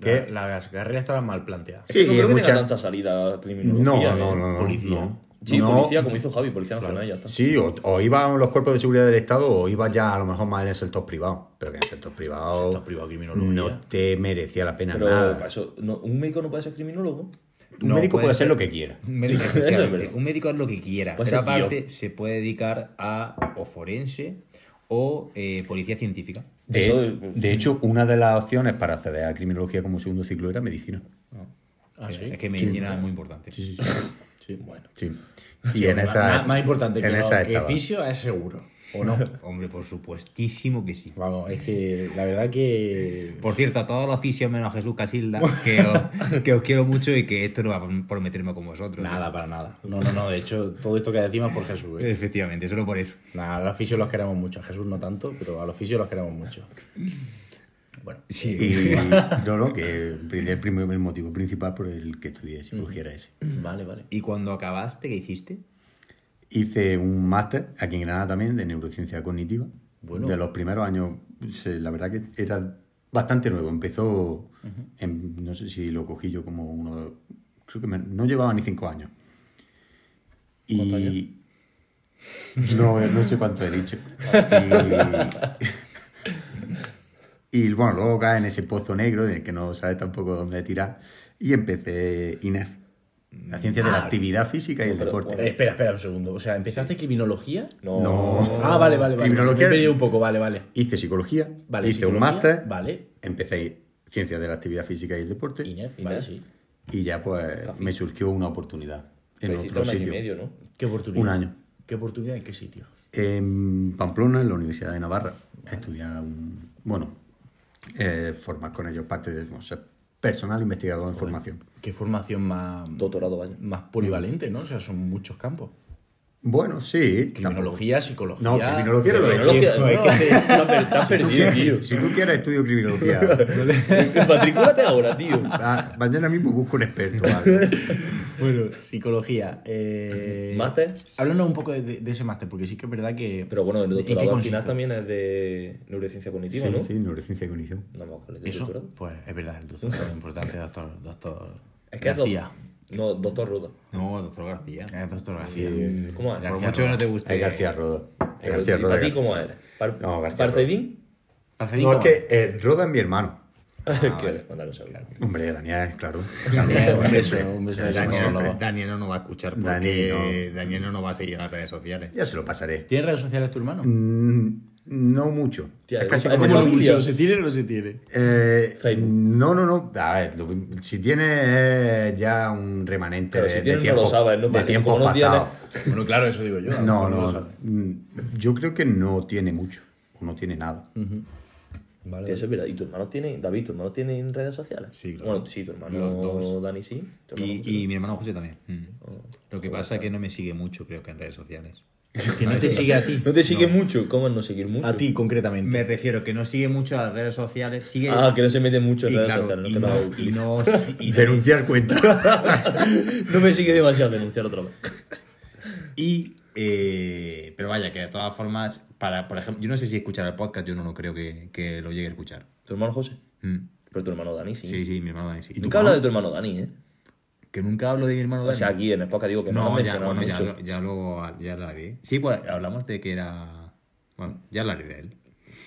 Speaker 2: ¿Qué?
Speaker 4: La, la carrera estaba mal planteada.
Speaker 2: Sí,
Speaker 6: no creo que
Speaker 2: mucha-
Speaker 6: tenga tanta salida a criminología.
Speaker 2: No, no,
Speaker 6: ¿eh?
Speaker 2: no, no.
Speaker 4: Policía.
Speaker 2: no.
Speaker 6: Sí,
Speaker 2: No,
Speaker 6: policía, como hizo Javi, policía nacional, ya está.
Speaker 2: Sí, o, o iban los cuerpos de seguridad del Estado o iba ya a lo mejor más en el sector privado. Pero que en el sector privado,
Speaker 4: Sector privado, criminología.
Speaker 2: no te merecía la pena
Speaker 6: Pero pues, para
Speaker 2: nada.
Speaker 6: eso, no, un médico no puede ser criminólogo.
Speaker 2: Un
Speaker 1: No,
Speaker 2: médico
Speaker 1: puede
Speaker 2: puede hacer
Speaker 1: ser.
Speaker 2: lo que quiera.
Speaker 1: Un médico,
Speaker 6: Eso es
Speaker 1: efectivamente.
Speaker 6: verdad.
Speaker 1: Un médico es lo que quiera.
Speaker 6: Puede
Speaker 1: pero
Speaker 6: ser tío.
Speaker 1: aparte se puede dedicar a o forense o eh, policía científica.
Speaker 2: De,
Speaker 6: Eso es-
Speaker 2: de hecho, una de las opciones para acceder a criminología como segundo ciclo era medicina.
Speaker 4: Ah, sí.
Speaker 1: Es que medicina es muy importante.
Speaker 6: Bueno.
Speaker 2: Sí. Y en esa.
Speaker 4: más, más importante que,
Speaker 2: en
Speaker 4: no,
Speaker 2: esa
Speaker 4: que
Speaker 2: estaba.
Speaker 4: fisio es seguro.
Speaker 1: ¿O no? Hombre, por supuestísimo que sí.
Speaker 4: Vamos, es que la verdad que.
Speaker 1: Por cierto, a todos los fisios menos a Jesús Casilda, que os, que os quiero mucho y que esto no va por- por meterme con vosotros. ¿eh?
Speaker 4: Nada, para nada. No, no, no. De hecho, todo esto que decimos es por Jesús. ¿eh?
Speaker 1: Efectivamente, solo por eso.
Speaker 4: Nada, a los fisios los queremos mucho. A Jesús no tanto, pero a los fisios los queremos mucho.
Speaker 1: Sí.
Speaker 2: Y no, no, que el, primer- el primer- el motivo principal por el que estudié psicología era ese.
Speaker 4: Vale, vale.
Speaker 1: ¿Y cuando acabaste, qué hiciste?
Speaker 2: Hice un máster aquí en Granada también de neurociencia cognitiva. De los primeros años, se- la verdad que era bastante nuevo. Empezó, en- no sé si lo cogí yo como uno, de- creo que me- no llevaba ni cinco años. Y no, eh, no sé cuánto he dicho. Y, y, bueno, luego cae en ese pozo negro en el que no sabes tampoco dónde tirar. Y empecé INEF, la ciencia de la actividad física y el
Speaker 6: pero,
Speaker 2: deporte.
Speaker 4: Eh, espera, espera un segundo. O sea, ¿empezaste criminología?
Speaker 6: No.
Speaker 2: No.
Speaker 4: Ah, vale, vale, vale.
Speaker 2: Criminología-
Speaker 4: Me he perdido un poco, vale, vale.
Speaker 2: Hice psicología,
Speaker 4: Vale,
Speaker 2: hice un
Speaker 4: psicología,
Speaker 2: máster,
Speaker 4: Vale.
Speaker 2: empecé ciencias de la actividad física y el deporte
Speaker 4: INEF,
Speaker 6: Vale,
Speaker 4: vale,
Speaker 6: sí.
Speaker 4: sí.
Speaker 2: y ya pues me surgió una oportunidad en
Speaker 6: Pero hiciste
Speaker 2: otro
Speaker 6: un año y
Speaker 2: sitio.
Speaker 6: medio, ¿no?
Speaker 4: ¿Qué oportunidad?
Speaker 2: Un año.
Speaker 4: ¿Qué oportunidad en qué sitio?
Speaker 2: En Pamplona, en la Universidad de Navarra, estudiaba un... Bueno, eh, formar con ellos parte de... O sea, personal investigador en formación.
Speaker 4: ¿Qué formación más,
Speaker 6: Doctorado, vaya.
Speaker 4: más polivalente, no? O sea, son muchos campos.
Speaker 2: Bueno, sí.
Speaker 4: Criminología, psicología.
Speaker 2: No, criminología era lo de
Speaker 6: Criminología,
Speaker 2: Chico.
Speaker 6: no, es que te, te has per- te has perdido, tío.
Speaker 2: Si tú quieres, estudio criminología.
Speaker 6: Matricúlate ahora, tío.
Speaker 2: Va- Mañana mismo busco un experto. ¿vale?
Speaker 4: Bueno, psicología. Eh...
Speaker 6: Máster.
Speaker 4: Háblanos un poco de, de ese máster, porque sí que es verdad que.
Speaker 6: Pero bueno, el
Speaker 4: ¿en qué
Speaker 6: doctorado al final
Speaker 4: consiste?
Speaker 6: también es de neurociencia cognitiva, ¿no?
Speaker 2: sí, neurociencia y cognición.
Speaker 6: No me acuerdo. ¿de
Speaker 4: Eso,
Speaker 6: doctorado?
Speaker 4: pues es verdad, el doctorado es importante, doctor. doctor
Speaker 6: Es que es doc-
Speaker 4: García.
Speaker 6: No, doctor Roda.
Speaker 1: No, doctor García.
Speaker 4: Eh, doctor García.
Speaker 6: ¿Cómo es?
Speaker 1: Por mucho que no te guste.
Speaker 2: Es García Rodo. Es
Speaker 6: Pero,
Speaker 2: García
Speaker 6: ¿y
Speaker 2: Roda.
Speaker 6: ¿Para ti
Speaker 2: García-
Speaker 6: cómo eres? ¿Par
Speaker 2: No, García Roda.
Speaker 6: ¿Parceidín?
Speaker 4: Pasadito.
Speaker 2: No, es que eh, Roda es mi hermano.
Speaker 6: Que- Mándale un saludo.
Speaker 2: Hombre, Daniel, claro.
Speaker 4: Daniel, un beso, un beso. de
Speaker 2: Daniel,
Speaker 4: todos los
Speaker 2: hombre.
Speaker 4: dos.
Speaker 1: Daniel no nos va a escuchar porque
Speaker 2: Dani, no.
Speaker 1: Daniel no nos va a seguir en las redes sociales.
Speaker 2: Ya se lo pasaré.
Speaker 4: ¿Tiene redes sociales tu hermano?
Speaker 2: Mm, no mucho.
Speaker 6: Tía,
Speaker 2: es casi
Speaker 6: es
Speaker 2: como
Speaker 6: como
Speaker 2: yo.
Speaker 6: el William.
Speaker 4: ¿Se tiene o no se tiene?
Speaker 2: Eh,
Speaker 6: Facebook.
Speaker 2: no, no, no. A ver, lo que- si tiene eh, ya un remanente
Speaker 6: Pero
Speaker 2: de,
Speaker 6: si
Speaker 2: de
Speaker 6: tienes, no
Speaker 2: tiempo,
Speaker 6: lo sabes, ¿no?
Speaker 2: de
Speaker 6: Porque
Speaker 2: tiempos
Speaker 6: como no tienes-
Speaker 2: pasados.
Speaker 1: Bueno, claro, eso digo yo.
Speaker 2: No, no. mm, Yo creo que no tiene mucho. O no tiene nada.
Speaker 4: Mm.
Speaker 6: Tío, eso es verdad. ¿Y tu hermano tiene, David, tu hermano tiene redes sociales?
Speaker 1: Sí, claro.
Speaker 6: Bueno, sí, tu hermano
Speaker 1: Los dos.
Speaker 6: Dani sí. tu hermano José.
Speaker 1: Y, y mi hermano José también. Mm.
Speaker 6: Oh.
Speaker 1: Lo que pasa es que no me sigue mucho, creo que en redes sociales. Que no te sigue a ti.
Speaker 6: ¿No te sigue mucho? ¿Cómo es no seguir mucho?
Speaker 4: A ti, concretamente.
Speaker 1: Me refiero que no sigue mucho a las redes sociales. Sigue.
Speaker 6: Ah, que no se mete mucho en
Speaker 1: y
Speaker 6: redes
Speaker 1: claro,
Speaker 6: sociales.
Speaker 1: y
Speaker 6: No,
Speaker 1: no-
Speaker 6: te
Speaker 1: y
Speaker 6: la-
Speaker 1: no- y no-
Speaker 2: Denunciar cuenta.
Speaker 6: no me sigue demasiado denunciar otra vez.
Speaker 1: Y, eh, pero vaya, que de todas formas, para, por ejemplo, yo no sé si escuchar el podcast, yo no lo creo que, que lo llegue a escuchar.
Speaker 6: ¿Tu hermano José?
Speaker 1: Mm.
Speaker 6: Pero tu hermano Dani sí.
Speaker 1: Sí, sí, mi hermano Dani. sí.
Speaker 6: Nunca hablas de tu hermano Dani, ¿eh?
Speaker 1: Que nunca hablo de mi hermano
Speaker 6: O
Speaker 1: Dani.
Speaker 6: sea, aquí en el podcast digo que no,
Speaker 1: no,
Speaker 6: lo has
Speaker 1: ya,
Speaker 6: mencionado
Speaker 1: bueno, ya,
Speaker 6: mucho.
Speaker 1: lo- ya luego ya lo haré. Sí, pues hablamos de que era. Bueno, ya hablaré de él.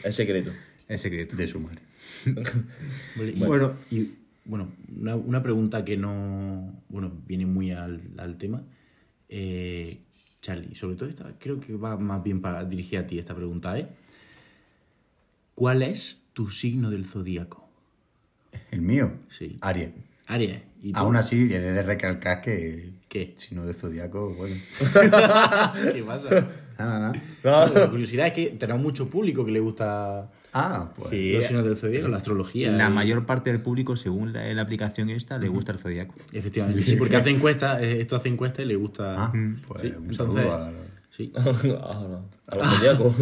Speaker 6: Es secreto.
Speaker 1: Es secreto.
Speaker 2: De su madre.
Speaker 4: Vale, y- Bueno, y, bueno una, una pregunta que no. Bueno, viene muy al, al tema. Eh, Charlie, sobre todo esta, creo que va más bien para dirigir a ti esta pregunta, ¿eh? ¿Cuál es tu signo del zodíaco?
Speaker 2: El mío.
Speaker 4: Sí.
Speaker 2: Aries.
Speaker 4: Aries. ¿Y tú?
Speaker 2: Aún así, he de recalcar que.
Speaker 4: ¿Qué?
Speaker 2: Si no de zodiaco, bueno. Ah,
Speaker 4: ¿Qué pasa?
Speaker 2: Nada, nada.
Speaker 4: La curiosidad es que tenemos mucho público que le gusta
Speaker 2: Ah, pues.
Speaker 1: Sí.
Speaker 4: los signos del zodíaco, la astrología.
Speaker 1: La
Speaker 4: y-
Speaker 1: mayor parte del público, según la, la aplicación esta, le gusta el zodiaco.
Speaker 4: Efectivamente, sí, porque hace encuestas, eh, esto hace encuestas y le gusta.
Speaker 2: Ah, pues
Speaker 4: Mm, Sí,
Speaker 2: un
Speaker 4: entonces-
Speaker 2: saludo a los-
Speaker 4: Sí.
Speaker 6: ah, no. A los zodiacos.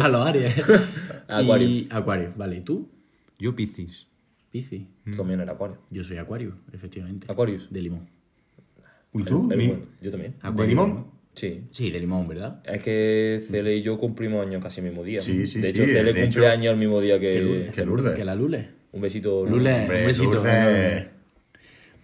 Speaker 4: A los Aries.
Speaker 6: Acuario.
Speaker 4: Y- Acuario, vale. ¿Y tú?
Speaker 1: Yo, Piscis.
Speaker 4: Piscis.
Speaker 2: Mm.
Speaker 6: También era Acuario.
Speaker 4: Yo soy Acuario, efectivamente.
Speaker 6: Aquarius.
Speaker 4: De limón.
Speaker 2: ¿Y tú?
Speaker 6: El- el
Speaker 2: Mi-
Speaker 6: bueno. Yo también.
Speaker 4: Acuario,
Speaker 2: limón?
Speaker 6: Sí.
Speaker 4: Sí, de limón, ¿verdad?
Speaker 6: Es que Cele y yo cumplimos años casi el mismo día.
Speaker 2: Sí, sí,
Speaker 6: De
Speaker 2: sí,
Speaker 6: hecho,
Speaker 2: de
Speaker 6: Cele
Speaker 2: hecho-
Speaker 6: cumple años el mismo día que...
Speaker 2: Qué Eh, Lourdes.
Speaker 4: Que la Lule.
Speaker 6: Un besito.
Speaker 4: Lule,
Speaker 2: Hombre,
Speaker 4: un besito.
Speaker 2: Lourdes.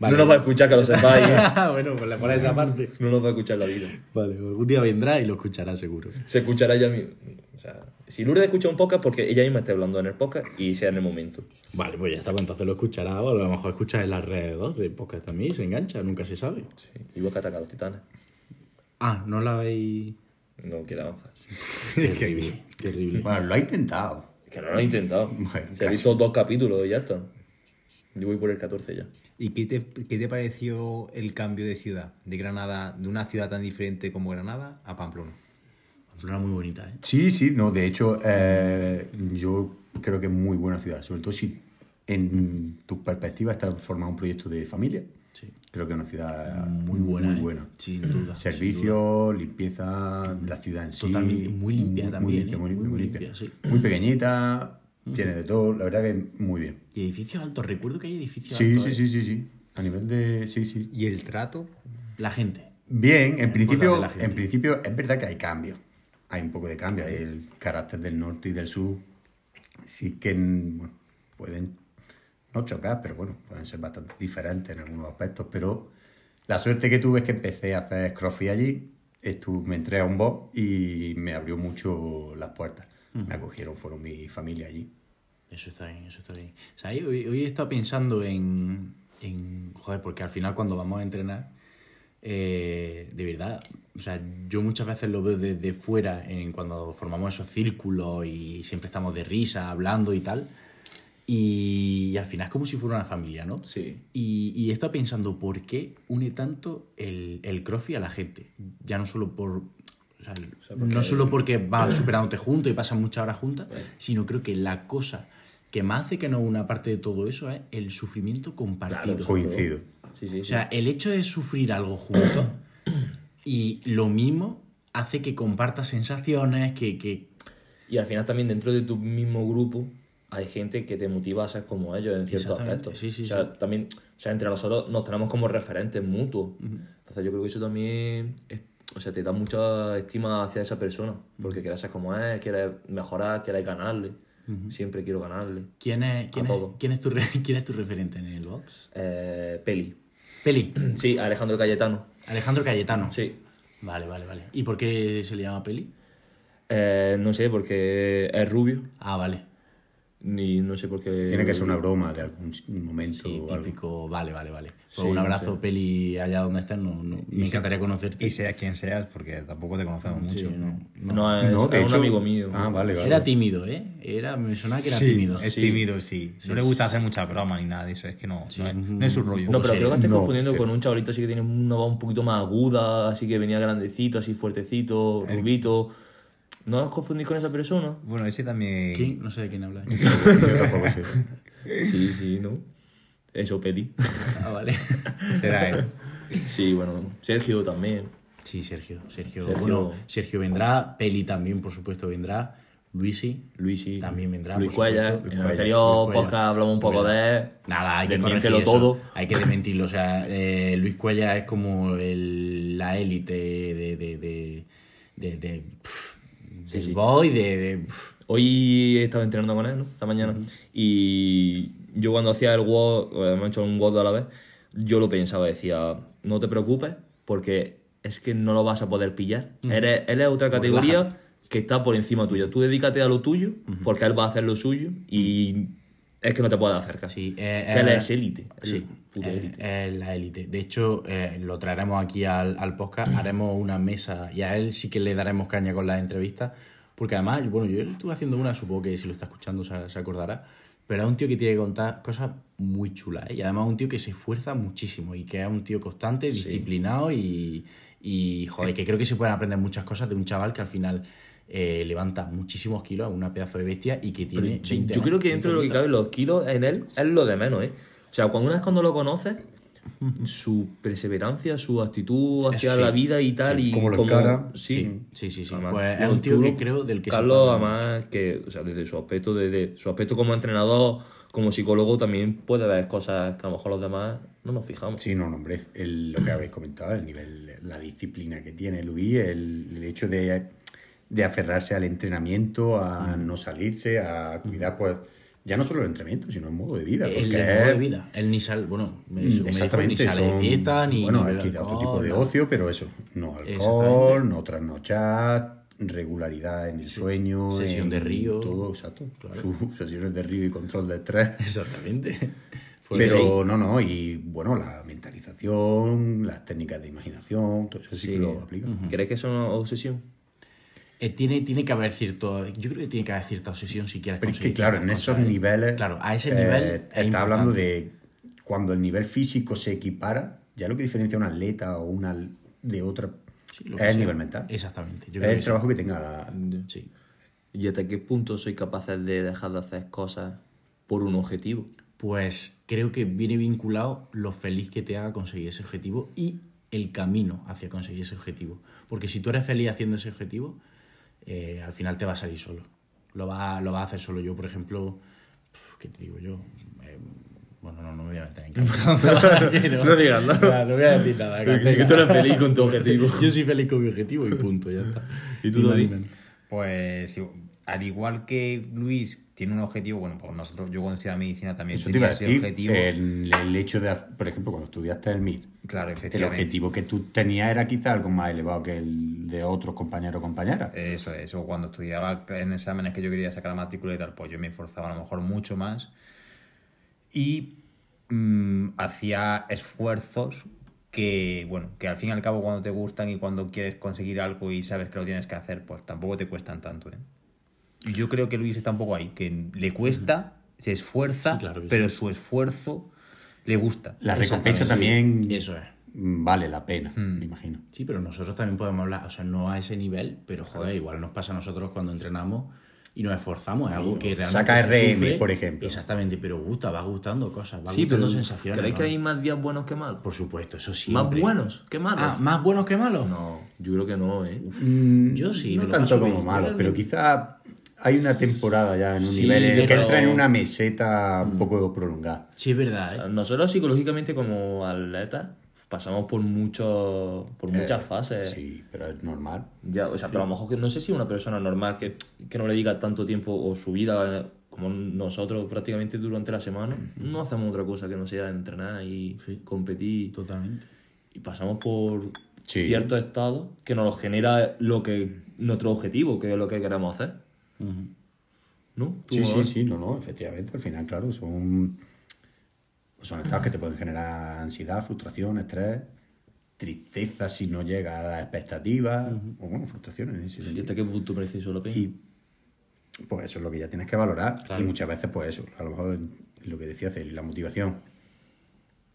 Speaker 4: Vale.
Speaker 6: No nos va a escuchar, que lo sepáis. ¿eh?
Speaker 4: bueno, pues le pones esa parte.
Speaker 6: No nos va a escuchar la vida.
Speaker 4: Vale, un día vendrá y lo escuchará seguro.
Speaker 6: Se escuchará ella misma. O sea, si Lourdes escucha un podcast, porque ella misma está hablando en el podcast y sea en el momento.
Speaker 4: Vale, pues ya está, pues entonces lo escuchará. O a lo mejor escucha en las redes dos de podcast también, se engancha, nunca se sabe.
Speaker 6: Y vos que ataca a los titanes.
Speaker 4: Ah, no la habéis.
Speaker 6: No quiere avanzar.
Speaker 4: Terrible, terrible.
Speaker 2: Bueno, lo ha intentado.
Speaker 6: Es que no lo he intentado.
Speaker 2: Bueno,
Speaker 6: Se ha
Speaker 2: casi.
Speaker 6: visto dos capítulos y ya está. Yo voy por el 14 ya.
Speaker 1: ¿Y qué te, qué te pareció el cambio de ciudad? De Granada, de una ciudad tan diferente como Granada a Pamplona.
Speaker 4: Una muy bonita, ¿eh?
Speaker 2: Sí, sí, no, de hecho, eh, yo creo que es muy buena ciudad, sobre todo si en tu perspectiva está formado un proyecto de familia.
Speaker 4: Sí.
Speaker 2: Creo que es una ciudad
Speaker 4: Muy buena.
Speaker 2: Muy
Speaker 4: ¿eh?
Speaker 2: buena.
Speaker 4: Sin duda. sin duda.
Speaker 2: Servicios, limpieza, la ciudad en sí.
Speaker 4: Totalmente, muy limpia
Speaker 2: Muy
Speaker 4: también,
Speaker 2: limpia,
Speaker 4: ¿eh?
Speaker 2: muy, limpia,
Speaker 4: Muy
Speaker 2: muy limpia.
Speaker 4: limpia, sí. Mm.
Speaker 2: Muy pequeñita, tiene de todo, la verdad que muy bien.
Speaker 4: Y edificios altos, recuerdo que hay edificios
Speaker 2: Sí,
Speaker 4: altos.
Speaker 2: sí,
Speaker 4: ¿eh?
Speaker 2: sí, sí, sí. A nivel de. Sí, sí.
Speaker 1: ¿Y el trato?
Speaker 4: La gente.
Speaker 2: Bien, en
Speaker 4: de
Speaker 2: principio,
Speaker 4: la gente.
Speaker 2: en principio es verdad que hay cambios. Hay un poco de cambio. El carácter del norte y del sur sí que mm, bueno, pueden no chocar, pero bueno, pueden ser bastante diferentes en algunos aspectos. Pero la suerte que tuve es que empecé a hacer crossfit allí. Estu- me entré a un box y me abrió mucho las puertas. Me acogieron, fueron mi familia allí.
Speaker 4: Eso está bien, eso está bien. O sea, yo- hoy, hoy he estado pensando en, en- Joder, porque al final cuando vamos a entrenar, eh, de verdad, o sea, yo muchas veces lo veo desde fuera, en cuando formamos esos círculos y siempre estamos de risa, hablando y tal. Y, y al final es como si fuera una familia, ¿no?
Speaker 6: Sí.
Speaker 4: Y, y he estado pensando por qué une tanto el, el crossfit a la gente. Ya no solo por. o sea, no solo porque vas superándote juntos y pasan muchas horas juntas, sino creo que la cosa que más hace que no una parte de todo eso es el sufrimiento compartido.
Speaker 2: Coincido.
Speaker 6: Sí, sí.
Speaker 4: O sea, el hecho de sufrir algo juntos y lo mismo hace que compartas sensaciones, que, que
Speaker 6: Y al final también dentro de tu mismo grupo hay gente que te motiva a ser como ellos en ciertos
Speaker 4: Exactamente,
Speaker 6: aspectos.
Speaker 4: sí, sí,
Speaker 6: o sea,
Speaker 4: sí.
Speaker 6: también, o sea, entre nosotros nos tenemos como referentes mutuos. Entonces yo creo que eso también es- o sea, te da mucha estima hacia esa persona, porque quieres ser como es, quieres mejorar, quieres ganarle. Siempre quiero ganarle.
Speaker 4: ¿Quién es, quién,
Speaker 6: A
Speaker 4: es,
Speaker 6: todo.
Speaker 4: quién es tu re- quién es tu referente en el box?
Speaker 6: Eh, peli.
Speaker 4: Peli,
Speaker 6: Sí, Alejandro Cayetano.
Speaker 4: Alejandro Cayetano.
Speaker 6: Sí.
Speaker 4: Vale, vale, vale. ¿Y por qué se le llama Peli?
Speaker 6: Eh, no sé, porque es rubio.
Speaker 4: Ah, vale.
Speaker 6: Ni no sé por qué.
Speaker 2: Tiene que ser una broma de algún momento
Speaker 4: Eh, Sí,
Speaker 2: o algo.
Speaker 4: típico. Vale, vale, vale. Pues
Speaker 6: Sí,
Speaker 4: un
Speaker 6: no
Speaker 4: abrazo,
Speaker 6: sé.
Speaker 4: Peli, allá donde estés. No, no- me encantaría conocerte.
Speaker 5: Y sea quien seas, porque tampoco te conocemos
Speaker 4: Sí,
Speaker 5: mucho.
Speaker 4: no.
Speaker 6: No, es,
Speaker 2: No, de
Speaker 6: es un
Speaker 2: hecho-
Speaker 6: amigo mío.
Speaker 2: Ah, vale, vale.
Speaker 4: Era tímido, ¿eh? Era, me sonaba que era
Speaker 5: Sí,
Speaker 4: tímido.
Speaker 5: Es
Speaker 6: Sí.
Speaker 5: tímido, sí. No le gusta hacer muchas bromas ni nada de eso. Es que no, no, es, no es su rollo.
Speaker 4: Pues
Speaker 6: No, pero creo que estás
Speaker 2: No,
Speaker 6: confundiendo
Speaker 2: sí.
Speaker 6: con un chavalito así que tiene una voz un poquito más aguda, así que venía grandecito, así fuertecito, rubito. ¿No os confundís con esa persona?
Speaker 5: Bueno, ese también.
Speaker 4: ¿Quién? No sé de quién habla.
Speaker 2: Yo tampoco sé.
Speaker 6: Sí, sí, ¿no? Eso, Peli.
Speaker 4: ah, vale.
Speaker 5: Será él.
Speaker 6: Sí, bueno, Sergio también.
Speaker 4: Sí, Sergio. Sergio,
Speaker 6: Sergio.
Speaker 4: bueno, Sergio vendrá. Peli también, por supuesto, vendrá. Luisi.
Speaker 6: Luisi.
Speaker 4: También vendrá,
Speaker 6: Luis
Speaker 4: por
Speaker 6: Cuellar.
Speaker 4: supuesto. Luis
Speaker 6: En el
Speaker 4: Cuellar,
Speaker 6: anterior
Speaker 4: Luis Cuellar. Pues
Speaker 6: podcast hablamos un poco de él.
Speaker 4: Nada, hay que
Speaker 6: Desmiéntelo
Speaker 4: corregir eso.
Speaker 6: todo.
Speaker 4: Hay que desmentirlo. O sea, eh, Luis Cuellar es como el- la élite de. de, de, de, de pff, del
Speaker 6: sí.
Speaker 4: boy, de. de pff.
Speaker 6: Hoy he estado entrenando con él, ¿no? Esta mañana. Y yo cuando hacía el WOD, hemos hecho un WOD a la vez, yo lo pensaba, decía, no te preocupes, porque es que no lo vas a poder pillar. Eres- él es otra
Speaker 4: Pues
Speaker 6: categoría que está por encima tuya. Tú dedícate a lo tuyo, porque él va a hacer lo suyo y es que no te puedes acercar.
Speaker 4: Sí, eh,
Speaker 6: que él
Speaker 4: eh,
Speaker 6: es élite. es
Speaker 4: Sí,
Speaker 6: puto
Speaker 4: eh,
Speaker 6: élite.
Speaker 4: es la élite. De hecho, eh, lo traeremos aquí al, al podcast, haremos una mesa y a él sí que le daremos caña con las entrevistas. Porque además, bueno, yo estuve haciendo una, supongo que si lo está escuchando se, se acordará. Pero es un tío que tiene que contar cosas muy chulas. ¿eh? Y además es un tío que se esfuerza muchísimo y que es un tío constante, disciplinado y, y, joder, que creo que se pueden aprender muchas cosas de un chaval que al final eh, levanta muchísimos kilos, es una pedazo de bestia y que
Speaker 6: Pero
Speaker 4: tiene...
Speaker 6: yo,
Speaker 4: 20
Speaker 6: yo creo
Speaker 4: años,
Speaker 6: que dentro de lo que
Speaker 4: 20
Speaker 6: cabe, los kilos en él es lo de menos, ¿eh? O sea, cuando una vez cuando lo conoces, su perseverancia, su actitud hacia
Speaker 4: Sí.
Speaker 6: la vida y tal, y
Speaker 2: cómo lo encara.
Speaker 6: Sí,
Speaker 4: Sí, sí, sí.
Speaker 6: Además,
Speaker 4: Pues es un tío que
Speaker 6: duro.
Speaker 4: creo del que se
Speaker 6: Carlos,
Speaker 4: puede-
Speaker 6: además, que, o sea, desde su aspecto, desde su aspecto como entrenador, como psicólogo, también puede haber cosas que a lo mejor los demás no nos fijamos.
Speaker 2: Sí, no, no, hombre. El- lo que habéis comentado, el nivel, la disciplina que tiene Luis, el, el hecho de, de aferrarse al entrenamiento, a
Speaker 4: Mm.
Speaker 2: no salirse, a cuidar, pues, ya no solo el entrenamiento, sino el modo de vida.
Speaker 4: El
Speaker 2: porque
Speaker 4: de modo de
Speaker 2: es-
Speaker 4: vida. El ni sal, bueno, me, me dijo,
Speaker 2: Exactamente,
Speaker 4: ni sale de
Speaker 2: son-
Speaker 4: fiesta, ni.
Speaker 2: bueno,
Speaker 4: ni bebe
Speaker 2: quizá otro
Speaker 4: alcohol,
Speaker 2: tipo de
Speaker 4: nada.
Speaker 2: ocio, pero eso, no
Speaker 4: Exactamente.
Speaker 2: alcohol, no trasnochar, regularidad en el sueño,
Speaker 4: Sesión
Speaker 2: en
Speaker 4: de río.
Speaker 2: todo, exacto,
Speaker 4: Claro.
Speaker 2: Sus sesiones de río y control de estrés.
Speaker 4: Exactamente. Pues
Speaker 2: pero no, no, y bueno, la mentalización, las técnicas de imaginación, todo eso sí, que lo aplica.
Speaker 6: ¿Crees que eso no es obsesión?
Speaker 4: Eh, tiene, tiene que haber cierto. Yo creo que tiene que haber cierta obsesión si quieres
Speaker 2: Pero es que
Speaker 4: conseguir
Speaker 2: claro, en
Speaker 4: ciertas
Speaker 2: esos
Speaker 4: cosas, ¿eh?
Speaker 2: niveles...
Speaker 4: Claro, a ese
Speaker 2: eh,
Speaker 4: nivel. es
Speaker 2: está
Speaker 4: importante.
Speaker 2: hablando de cuando el nivel físico se equipara, ya lo que diferencia a un atleta o una de otra
Speaker 4: Sí, lo
Speaker 2: es
Speaker 4: que
Speaker 2: el
Speaker 4: sea.
Speaker 2: nivel mental.
Speaker 4: Exactamente.
Speaker 2: Es
Speaker 4: Yo creo
Speaker 2: el
Speaker 4: que sí.
Speaker 2: trabajo que tenga
Speaker 4: Sí.
Speaker 6: ¿Y hasta qué punto soy capaz de dejar de hacer cosas por un objetivo?
Speaker 4: Pues creo que viene vinculado lo feliz que te haga conseguir ese objetivo y el camino hacia conseguir ese objetivo. Porque si tú eres feliz haciendo ese objetivo, eh, al final te va a salir solo. Lo va, lo va a hacer solo. Yo, por ejemplo, pf, ¿qué te digo yo? Eh, bueno, no, no me voy a meter en camino.
Speaker 6: No digas nada.
Speaker 4: No, no voy a decir nada.
Speaker 6: Que tú eres feliz con tu objetivo.
Speaker 4: Yo soy feliz con mi objetivo y punto, ya está.
Speaker 6: ¿Y tú,
Speaker 4: no
Speaker 6: David?
Speaker 4: hay más.
Speaker 5: Pues sí, al igual que Luis tiene un objetivo, bueno, pues nosotros, yo cuando estudiaba medicina también
Speaker 2: Eso te
Speaker 5: tenía
Speaker 2: iba a
Speaker 5: ese
Speaker 2: decir,
Speaker 5: objetivo.
Speaker 2: El, el hecho de, haz- por ejemplo, cuando estudiaste el MIR,
Speaker 5: Claro,
Speaker 2: el
Speaker 5: efectivamente.
Speaker 2: objetivo que tú tenías era quizá algo más elevado que el de otros compañeros o compañeras.
Speaker 5: Eso es, o cuando estudiaba en exámenes que yo quería sacar la matrícula y tal, pues yo me esforzaba a lo mejor mucho más y mm, hacía esfuerzos que, bueno, que al fin y al cabo cuando te gustan y cuando quieres conseguir algo y sabes que lo tienes que hacer, pues tampoco te cuestan tanto, ¿eh? Y yo creo que Luis está un poco ahí, que le cuesta, se esfuerza,
Speaker 4: Sí, claro que
Speaker 5: pero su esfuerzo le gusta.
Speaker 2: La
Speaker 4: Exactamente.
Speaker 2: recompensa también
Speaker 4: Eso es.
Speaker 2: mm, vale la pena,
Speaker 4: Hmm.
Speaker 2: me imagino.
Speaker 4: Sí, pero nosotros también podemos hablar, o sea, no a ese nivel, pero joder, igual nos pasa a nosotros cuando entrenamos y y nos esforzamos. Es algo que realmente.
Speaker 2: Saca
Speaker 4: se
Speaker 2: RM,
Speaker 4: sufre.
Speaker 2: por ejemplo.
Speaker 4: Exactamente, pero gusta, va gustando cosas, va
Speaker 6: Sí,
Speaker 4: gustando
Speaker 6: pero
Speaker 4: sensaciones.
Speaker 6: ¿creéis que
Speaker 4: ¿no?
Speaker 6: hay más días buenos que malos?
Speaker 4: Por supuesto, eso sí.
Speaker 6: ¿Más buenos que malos?
Speaker 4: Ah, ¿más buenos que malos?
Speaker 6: No, yo creo que no, ¿eh?
Speaker 2: Mm,
Speaker 4: Yo sí,
Speaker 2: No
Speaker 4: me lo
Speaker 2: tanto
Speaker 4: paso
Speaker 2: como
Speaker 4: bien.
Speaker 2: malo,
Speaker 4: Yo
Speaker 2: pero quizá hay una temporada ya en un
Speaker 4: Sí,
Speaker 2: nivel en el que
Speaker 4: pero- Hmm.
Speaker 2: entra en una meseta un poco prolongada.
Speaker 4: Sí, es verdad, ¿eh?
Speaker 6: Nosotros psicológicamente como atletas pasamos por muchos por muchas
Speaker 4: Eh.
Speaker 6: fases.
Speaker 2: Sí, pero es normal.
Speaker 6: Ya, o sea, pero a lo mejor que no sé si una persona normal que, que no le diga tanto tiempo o su vida eh, como nosotros prácticamente durante la semana, no hacemos otra cosa que no sea entrenar y competir
Speaker 4: Totalmente.
Speaker 6: y pasamos por
Speaker 2: Sí.
Speaker 6: ciertos estados que nos los genera lo que nuestro objetivo, que es lo que queremos hacer. ¿No? ¿Tú,
Speaker 2: Sí, sí,
Speaker 6: Manuel?
Speaker 2: sí, no, no, efectivamente, al final, claro, son, pues son estados que te pueden generar ansiedad, frustración, estrés, tristeza si no llega a las expectativas, o bueno, frustraciones en ese
Speaker 6: ¿Y
Speaker 2: sentido.
Speaker 6: hasta qué punto preciso lo que
Speaker 2: Y pues eso es lo que ya tienes que valorar. Y muchas veces, pues eso, a lo mejor lo que decía Celi, la motivación.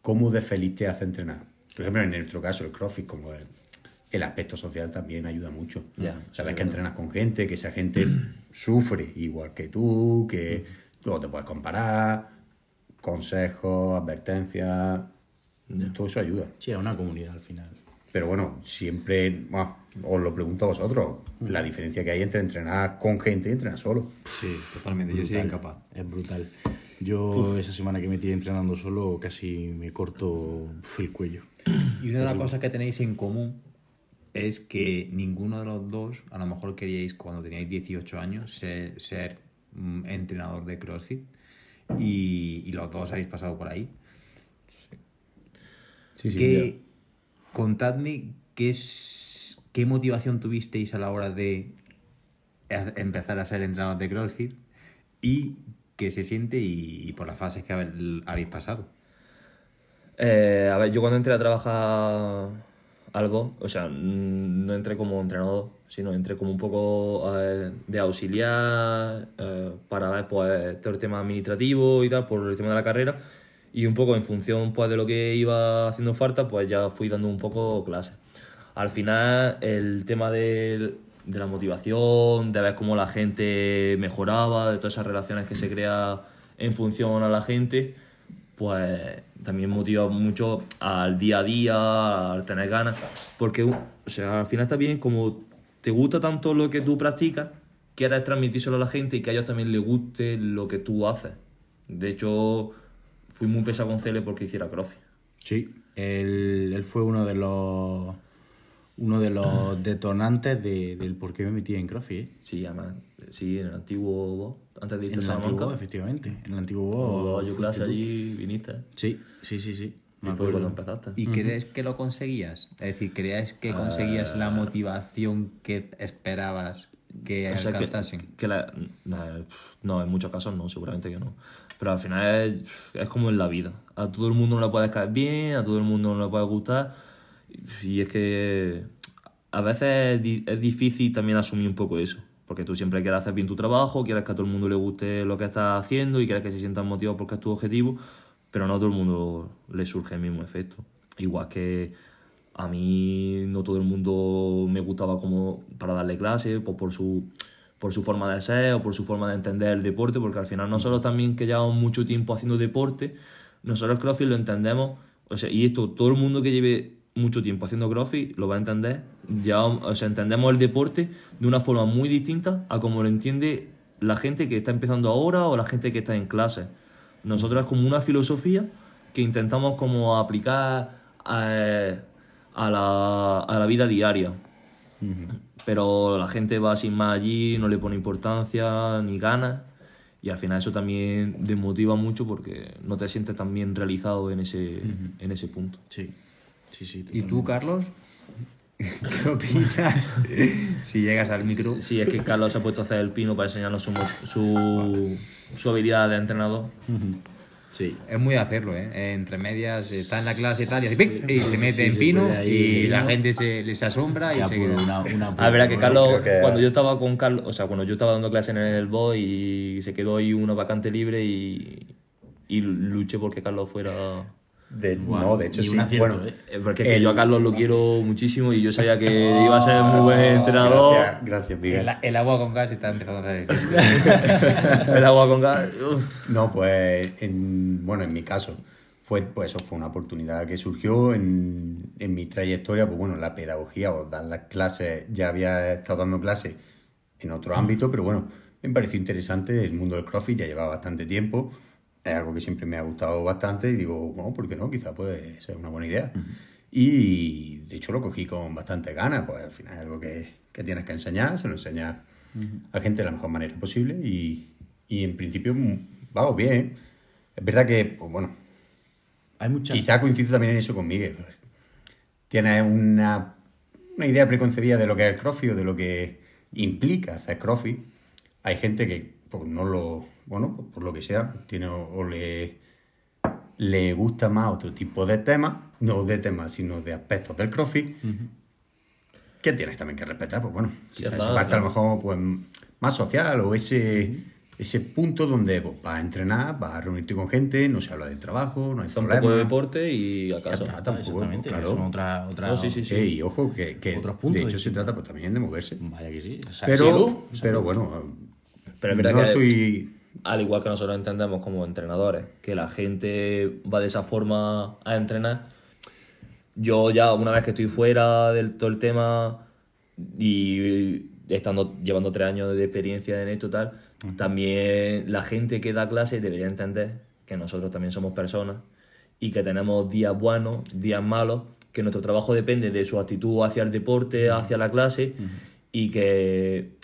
Speaker 2: ¿Cómo de feliz te hace entrenar? Por ejemplo, en nuestro caso, el CrossFit, como el, el aspecto social también ayuda mucho.
Speaker 6: Ya,
Speaker 2: Sabes
Speaker 6: sí, es
Speaker 2: que
Speaker 6: verdad.
Speaker 2: entrenas con gente, que esa gente sufre igual que tú, que
Speaker 6: Mm.
Speaker 2: luego te puedes comparar, consejos, advertencias, todo eso ayuda.
Speaker 4: Sí, es una comunidad al final.
Speaker 2: Pero bueno, siempre bueno, os lo pregunto a vosotros,
Speaker 6: Mm.
Speaker 2: la diferencia que hay entre entrenar con gente y entrenar solo.
Speaker 4: Sí.
Speaker 5: Totalmente, yo sería incapaz.
Speaker 4: Es brutal. Yo esa semana que me tiré entrenando solo casi me corto uf, el cuello.
Speaker 5: Y una de las cosas que tenéis en común es que ninguno de los dos, a lo mejor queríais cuando teníais 18 años ser, ser, mm, entrenador de CrossFit y, y los dos habéis pasado por ahí.
Speaker 2: Sí,
Speaker 5: ¿Qué- contadme qué, es, qué motivación tuvisteis a la hora de a- empezar a ser entrenador de CrossFit y qué se siente y, y por las fases que habe- habéis pasado.
Speaker 6: Eh, a ver, yo cuando entré a trabajar al BOS, o sea, mm, no entré como entrenador, sino entré como un poco eh, de auxiliar eh, para ver pues, todo el tema administrativo y tal, por el tema de la carrera. Y un poco en función pues, de lo que iba haciendo falta, pues ya fui dando un poco clases. Al final, el tema del- de la motivación, de ver cómo la gente mejoraba, de todas esas relaciones que se crea en función a la gente, pues también motiva mucho al día a día, al tener ganas, porque o sea, al final también como te gusta tanto lo que tú practicas, quieres transmitírselo a la gente y que a ellos también les guste lo que tú haces. De hecho, fui muy pesado con Cele porque hiciera crossfit.
Speaker 4: Sí, él, él fue uno de los uno de
Speaker 6: Ah.
Speaker 4: los detonantes de- del por qué me metí en CrossFit. ¿eh?
Speaker 6: Sí, además, sí, en el antiguo BOS, antes de irte
Speaker 4: En
Speaker 6: a
Speaker 4: el antiguo,
Speaker 6: Salamanca.
Speaker 4: efectivamente. En el antiguo
Speaker 6: Cuando
Speaker 4: Boa
Speaker 6: yo
Speaker 4: fuiste
Speaker 6: clase
Speaker 4: tú.
Speaker 6: allí, viniste.
Speaker 4: Sí, sí, sí, sí.
Speaker 6: Y
Speaker 4: Me
Speaker 6: fue cuando
Speaker 4: acuerdo.
Speaker 6: empezaste.
Speaker 5: ¿Y crees que lo conseguías? Es decir, ¿crees que conseguías
Speaker 4: Eh.
Speaker 5: la motivación que esperabas que
Speaker 6: O sea, que-
Speaker 5: alcanzasen?
Speaker 6: que la- la- no, en muchos casos no, seguramente que no. Pero al final es, es como en la vida. A todo el mundo no le puedes caer bien, a todo el mundo no le puede gustar. Y es que a veces es, di- es difícil también asumir un poco eso. Porque tú siempre quieres hacer bien tu trabajo, quieres que a todo el mundo le guste lo que estás haciendo y quieres que se sientan motivados porque es tu objetivo, pero no a todo el mundo le surge el mismo efecto. Igual que a mí no todo el mundo me gustaba como para darle clase, pues por su por su forma de ser o por su forma de entender el deporte, porque al final nosotros también que llevamos mucho tiempo haciendo deporte, nosotros CrossFit lo entendemos, o sea, y esto todo el mundo que lleve mucho tiempo haciendo CrossFit lo va a entender, ya, o sea, entendemos el deporte de una forma muy distinta a como lo entiende la gente que está empezando ahora o la gente que está en clase. Nosotros es como una filosofía que intentamos como aplicar eh, a, la, a la vida diaria. Pero la gente va sin más allí, no le pone importancia ni ganas. Y al final eso también desmotiva mucho porque no te sientes tan bien realizado en ese, en ese punto.
Speaker 4: Sí, sí, sí.
Speaker 5: ¿Y tú, Carlos? ¿Qué opinas? si llegas al micro.
Speaker 6: Sí, es que Carlos se ha puesto a hacer el pino para enseñarnos su, mo- su, su habilidad de entrenador.
Speaker 4: Sí.
Speaker 5: Es muy de hacerlo, ¿eh? Entre medias, está en la clase y tal, y, así, ¡ping! y se mete en
Speaker 4: se
Speaker 5: pino
Speaker 4: puede ahí,
Speaker 5: y
Speaker 4: sí,
Speaker 5: la
Speaker 4: ¿no?
Speaker 5: gente se les asombra y
Speaker 4: Ya
Speaker 5: se
Speaker 4: por
Speaker 5: queda.
Speaker 4: una, una
Speaker 6: Ah, verá que Carlos,
Speaker 2: creo que-
Speaker 6: cuando yo estaba con Carlos, o sea, cuando yo estaba dando clase en el BOI y se quedó ahí una vacante libre y, y luché porque Carlos fuera
Speaker 2: De-
Speaker 4: Guau,
Speaker 2: no, de hecho
Speaker 4: ni
Speaker 2: sí.
Speaker 4: un acierto,
Speaker 2: bueno,
Speaker 4: ¿eh?
Speaker 6: Eh, Porque es que
Speaker 2: el-
Speaker 6: yo a Carlos lo quiero muchísimo y yo sabía que iba a ser muy buen entrenador.
Speaker 2: Gracias, gracias, Miguel.
Speaker 5: El, el agua con gas está empezando a hacer difícil.
Speaker 6: El agua con gas. uf.
Speaker 2: No, pues, en, bueno, en mi caso, fue, pues eso fue una oportunidad que surgió en, en mi trayectoria, pues bueno, la pedagogía o dar las clases, ya había estado dando clases en otro ámbito, pero bueno, me pareció interesante el mundo del CrossFit, ya llevaba bastante tiempo, es algo que siempre me ha gustado bastante y digo, bueno, ¿por qué no? Quizá puede ser una buena idea. Y de hecho lo cogí con bastante ganas, pues al final es algo que, que tienes que enseñar, se lo enseñas a gente de la mejor manera posible y, y en principio mm, vamos bien. Es verdad que, pues bueno,
Speaker 4: Hay muchas.
Speaker 2: Quizá coincido también en eso con Miguel. Tienes una, una idea preconcebida de lo que es el crossfit o de lo que implica hacer crossfit. Hay gente que pues, no lo, bueno, pues, por lo que sea, tiene o, o le, le gusta más otro tipo de temas, no de temas, sino de aspectos del crossfit, que tienes también que respetar, pues bueno, quizá
Speaker 6: está,
Speaker 2: esa parte a lo
Speaker 6: claro.
Speaker 2: mejor pues, más social o ese, ese punto donde pues, vas a entrenar, vas a reunirte con gente, no se habla del trabajo, no hay
Speaker 6: Hizo un
Speaker 2: problemas.
Speaker 6: poco de deporte y a casa.
Speaker 2: Ya está, tampoco,
Speaker 4: Exactamente,
Speaker 2: claro.
Speaker 4: son otra, otra.
Speaker 6: No, sí, sí, sí.
Speaker 2: Eh, y ojo, que, que
Speaker 4: Otros puntos
Speaker 2: de hecho se
Speaker 4: distintos.
Speaker 2: trata pues, también de moverse.
Speaker 4: Vaya que sí. O sea, salud.
Speaker 2: Pero, pero bueno,
Speaker 6: Pero es verdad
Speaker 2: no
Speaker 6: que
Speaker 2: estoy...
Speaker 6: al igual que nosotros entendemos como entrenadores, que la gente va de esa forma a entrenar. Yo ya una vez que estoy fuera del todo el tema y estando llevando tres años de experiencia en esto tal, también la gente que da clases debería entender que nosotros también somos personas y que tenemos días buenos, días malos, que nuestro trabajo depende de su actitud hacia el deporte, hacia la clase y que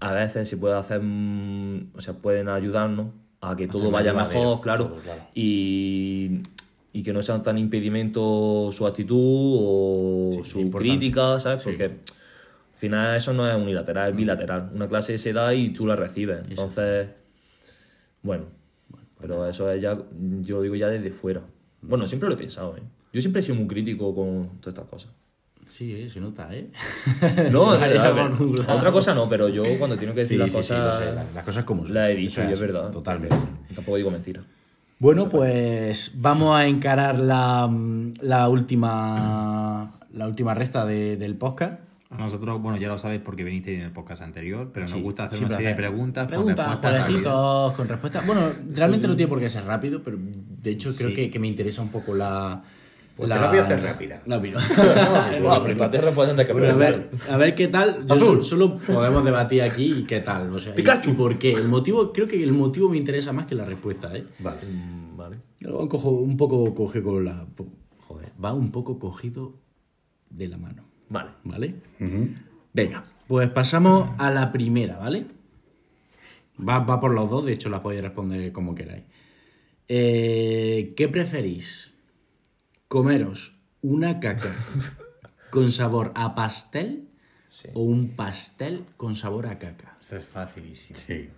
Speaker 6: a veces se puede hacer, mm, o sea, pueden ayudarnos a que todo vaya
Speaker 4: llevadero,
Speaker 6: mejor, claro, Y, y que no sean tan impedimento su actitud o su crítica, ¿sabes? Porque al final eso no es unilateral, es bilateral. Una clase se da y tú la recibes. Entonces, bueno, pero eso es ya, yo lo digo ya desde fuera. Bueno, siempre lo he pensado, ¿eh? Yo siempre he sido muy crítico con todas estas cosas.
Speaker 4: Sí, eh, se nota, ¿eh?
Speaker 6: No,
Speaker 4: Vaya
Speaker 6: a ver,
Speaker 4: manubla.
Speaker 6: otra cosa no, pero yo cuando tengo que decir
Speaker 4: Sí,
Speaker 6: las
Speaker 4: sí, sí, lo
Speaker 6: cosas,
Speaker 4: sé, la- las cosas como son.
Speaker 6: la he
Speaker 4: Eso
Speaker 6: dicho y es verdad.
Speaker 4: Totalmente.
Speaker 6: Tampoco digo mentira.
Speaker 4: Bueno, pues vamos a encarar la, la última la última recta de- del podcast.
Speaker 5: A nosotros, bueno, ya lo sabéis porque viniste en el podcast anterior, pero
Speaker 4: Sí,
Speaker 5: nos gusta hacer una
Speaker 4: siempre
Speaker 5: serie de
Speaker 4: hacemos.
Speaker 5: preguntas. con
Speaker 4: Preguntas,
Speaker 5: respuestas Em, rápidas.
Speaker 4: jueguecitos con respuestas. Bueno, realmente no tiene por qué ser rápido, pero de hecho creo que, que me interesa un poco la.
Speaker 2: Pues te la voy a hacer rápida.
Speaker 4: La opinión.
Speaker 6: Bueno, pero Inglaterra puede tener que
Speaker 4: Bueno, a
Speaker 6: preguntar.
Speaker 4: ver, a ver qué tal. Yo so- solo podemos debatir aquí y qué tal. O sea, y-
Speaker 6: Pikachu.
Speaker 4: y ¿Por qué? El motivo, creo que el motivo me interesa más que la respuesta, ¿eh?
Speaker 2: Vale.
Speaker 6: Mm, Vale.
Speaker 4: Lo van cojo- un poco coge con la. po- Joder, va un poco cogido de la mano,
Speaker 6: Vale.
Speaker 4: ¿vale?
Speaker 2: Ujú.
Speaker 4: Venga, pues pasamos a la primera, ¿vale? Va, va por los dos, de hecho la podéis responder como queráis. Eh, ¿Qué preferís? ¿Comeros una caca con sabor a pastel
Speaker 6: Sí.
Speaker 4: o un pastel con sabor a caca?
Speaker 5: Esto es facilísimo.
Speaker 2: Sí.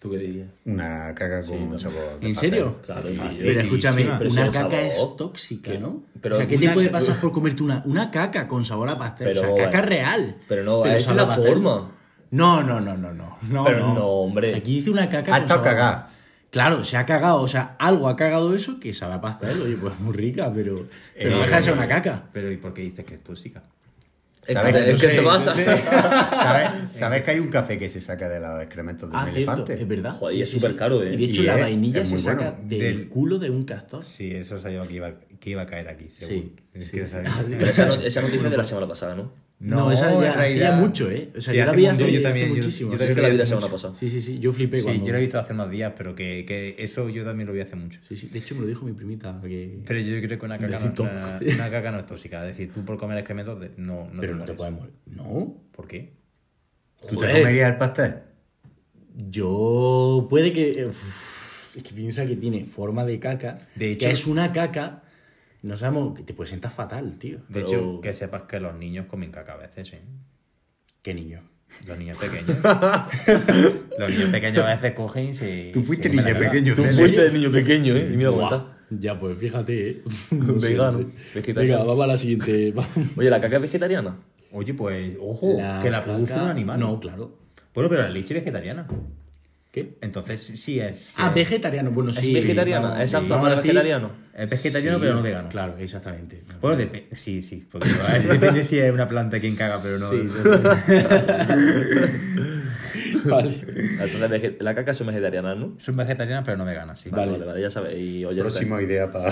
Speaker 6: ¿Tú qué dirías?
Speaker 2: Una caca con sabor. de
Speaker 4: ¿En
Speaker 2: pastel.
Speaker 4: serio?
Speaker 6: Claro,
Speaker 4: Pero escúchame,
Speaker 6: pero
Speaker 4: una
Speaker 6: sin
Speaker 4: caca
Speaker 6: sabor.
Speaker 4: es tóxica, ¿no?
Speaker 6: pero
Speaker 4: o sea, ¿qué
Speaker 6: una
Speaker 4: te puede
Speaker 6: ca-
Speaker 4: pasar por comerte una, una caca con sabor a pastel?
Speaker 6: Pero,
Speaker 4: o sea, caca
Speaker 6: bueno,
Speaker 4: real.
Speaker 6: pero no, esa es
Speaker 4: sabor a
Speaker 6: la
Speaker 4: pastel.
Speaker 6: forma.
Speaker 4: No, no, no, no, no. no
Speaker 6: Pero no, hombre.
Speaker 4: Aquí dice una caca
Speaker 2: Ha
Speaker 4: con
Speaker 2: estado
Speaker 4: sabor a-
Speaker 2: cagada.
Speaker 4: Claro, se ha cagado. O sea, algo ha cagado eso que sabe a pastel. Oye, pues muy rica, pero, pero no deja de ser una caca.
Speaker 5: Pero ¿y por qué dices que es tóxica?
Speaker 6: Es
Speaker 2: ¿Sabes?
Speaker 6: que-
Speaker 2: Yo
Speaker 6: es que te
Speaker 2: sé,
Speaker 6: pasa.
Speaker 2: ¿Sabes, sabes que hay un café que se saca de los excrementos del
Speaker 4: Ah, cierto,
Speaker 2: elefante?
Speaker 4: es verdad.
Speaker 6: Joder, y es supercaro, ¿eh?
Speaker 4: Y de hecho,
Speaker 2: Y
Speaker 4: la
Speaker 2: es-
Speaker 4: vainilla
Speaker 2: es
Speaker 4: se
Speaker 2: muy
Speaker 4: saca
Speaker 2: bueno.
Speaker 4: del,
Speaker 5: Del-
Speaker 4: culo de un castor.
Speaker 5: Sí, eso sabía que iba, que iba a caer aquí. seguro.
Speaker 4: Sí,
Speaker 5: Es
Speaker 4: sí.
Speaker 5: que sabía.
Speaker 6: Pero esa, no- esa noticia es de la semana pasada, ¿no?
Speaker 4: No, esa ya
Speaker 5: en realidad-
Speaker 4: hacía mucho, ¿eh? O sea,
Speaker 5: Sí,
Speaker 4: yo la
Speaker 5: hace
Speaker 4: vi
Speaker 5: mucho,
Speaker 4: hace,
Speaker 5: yo
Speaker 4: hace
Speaker 5: también, yo-
Speaker 4: muchísimo.
Speaker 5: yo
Speaker 4: sí.
Speaker 6: Creo que la vi la
Speaker 5: hace
Speaker 6: semana
Speaker 5: mucho.
Speaker 6: pasada.
Speaker 4: Sí, sí, sí, yo flipé
Speaker 5: Sí,
Speaker 4: cuando...
Speaker 5: yo lo he visto hace unos días, pero que, que eso yo también lo vi hace mucho.
Speaker 4: Sí, sí, de hecho me lo dijo mi primita. Que...
Speaker 5: Pero yo creo que una caca, no,
Speaker 4: Necesito-
Speaker 5: una, una caca no es tóxica. Es decir, tú por comer excrementos de- no, no
Speaker 4: Pero no
Speaker 5: mueres.
Speaker 4: te puedes morir. No.
Speaker 5: ¿Por qué?
Speaker 2: ¿Tú
Speaker 4: Joder.
Speaker 2: te comerías el pastel?
Speaker 4: Yo puede que... eh, uf, es que piensa que tiene forma de caca.
Speaker 5: De
Speaker 4: que
Speaker 5: hecho-
Speaker 4: es una caca. No sabemos... Que te puede sentar fatal, tío.
Speaker 5: De
Speaker 6: Pero-
Speaker 5: hecho, que sepas que los niños comen caca a veces, ¿eh?
Speaker 4: Qué niño.
Speaker 5: Los niños pequeños. los niños pequeños a veces cogen y se.
Speaker 2: Tú fuiste
Speaker 5: se comen
Speaker 2: niño
Speaker 5: la caca.
Speaker 2: pequeño. Cele.
Speaker 6: el niño pequeño, ¿eh? Y mira cómo está.
Speaker 4: Ya, pues fíjate, ¿eh?
Speaker 6: Vegano, vegetariano.
Speaker 4: Venga, vamos a la siguiente. vamos.
Speaker 6: Oye, ¿la caca es vegetariana?
Speaker 5: Oye, pues, ojo, que la
Speaker 4: caca-
Speaker 5: produce un animal.
Speaker 4: No, claro.
Speaker 5: Bueno, pero la leche vegetariana.
Speaker 4: ¿Qué?
Speaker 5: Entonces, sí es.
Speaker 4: Ah, vegetariano. Bueno, sí.
Speaker 6: es vegetariana,
Speaker 4: no,
Speaker 6: exacto,
Speaker 4: sí.
Speaker 5: vamos a
Speaker 6: es
Speaker 5: decir,
Speaker 6: vegetariano.
Speaker 5: Es vegetariano, pero no vegano.
Speaker 4: Claro, exactamente.
Speaker 5: Bueno, depe- sí, sí. Porque es- depende si es una planta quien caga, pero no.
Speaker 4: Vale.
Speaker 6: Entonces, vege- la caca son vegetarianas, ¿no?
Speaker 5: Son vegetarianas, pero no veganas, sí.
Speaker 6: Vale,
Speaker 4: Vale.
Speaker 6: vale, vale, ya sabes. Y oye,
Speaker 2: Próxima idea para.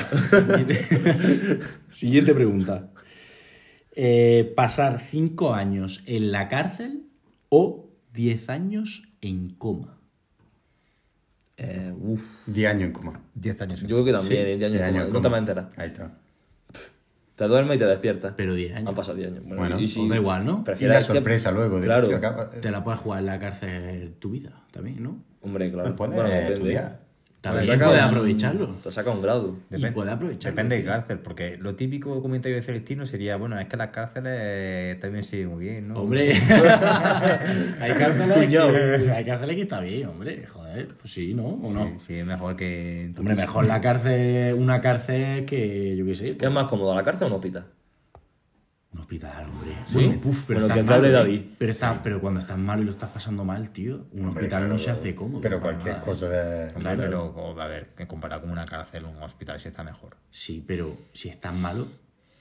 Speaker 4: Siguiente pregunta. Eh, ¿Pasar cinco años en la cárcel o 10 años en coma?
Speaker 6: eh, uf.
Speaker 2: 10 años en coma.
Speaker 5: 10 años.
Speaker 6: Yo creo que también, 10 años,
Speaker 2: Diez
Speaker 6: como-
Speaker 2: en
Speaker 6: no
Speaker 2: coma.
Speaker 6: te vas a enterar.
Speaker 2: Ahí está.
Speaker 6: Te duermes y te despiertas.
Speaker 4: Pero 10 años.
Speaker 6: Han pasado 10 años. Bueno,
Speaker 2: Bueno,
Speaker 6: y si
Speaker 4: pues da igual, ¿no?
Speaker 6: prefieres
Speaker 2: Y la
Speaker 6: que-
Speaker 2: sorpresa luego de
Speaker 6: claro.
Speaker 2: que se acaba.
Speaker 5: Eh.
Speaker 4: Te la puedes jugar en la cárcel tu vida también, ¿no?
Speaker 6: Hombre, claro.
Speaker 2: Pues puedes
Speaker 6: bueno, depende.
Speaker 2: estudiar.
Speaker 5: Pues
Speaker 6: Te
Speaker 4: También
Speaker 6: saca
Speaker 4: puedes
Speaker 6: un-
Speaker 4: aprovecharlo.
Speaker 6: Te saca un grado.
Speaker 4: Y puede aprovecharlo,
Speaker 5: mm, Depende de
Speaker 4: tío.
Speaker 5: cárcel, porque lo típico comentario de Celestino sería, bueno, es que las cárceles eh, también se viven muy bien, ¿no?
Speaker 4: Hombre, hay cárceles, que, hay cárceles que está bien, hombre. Joder, pues sí, ¿no? ¿O no?
Speaker 5: Sí, sí, es mejor que... en tu
Speaker 4: Hombre,
Speaker 5: piso.
Speaker 4: mejor la cárcel, una cárcel que, yo qué sé,
Speaker 6: ¿Qué es más cómodo, la cárcel o un hospital?
Speaker 4: un hospital, hombre.
Speaker 6: ¿Sí?
Speaker 4: Bueno, puf, pero
Speaker 6: Bueno,
Speaker 4: estás
Speaker 6: que te hable
Speaker 4: malo,
Speaker 6: David.
Speaker 4: ¿eh? Pero, está, pero cuando estás malo y lo estás pasando mal, tío, un hospital no se hace cómodo.
Speaker 2: Pero
Speaker 4: para
Speaker 2: cualquier
Speaker 4: nada.
Speaker 2: cosa de.
Speaker 5: Hombre, pero, co- a ver, que comparado con una cárcel o un hospital, sí está mejor.
Speaker 4: Sí, pero si estás malo,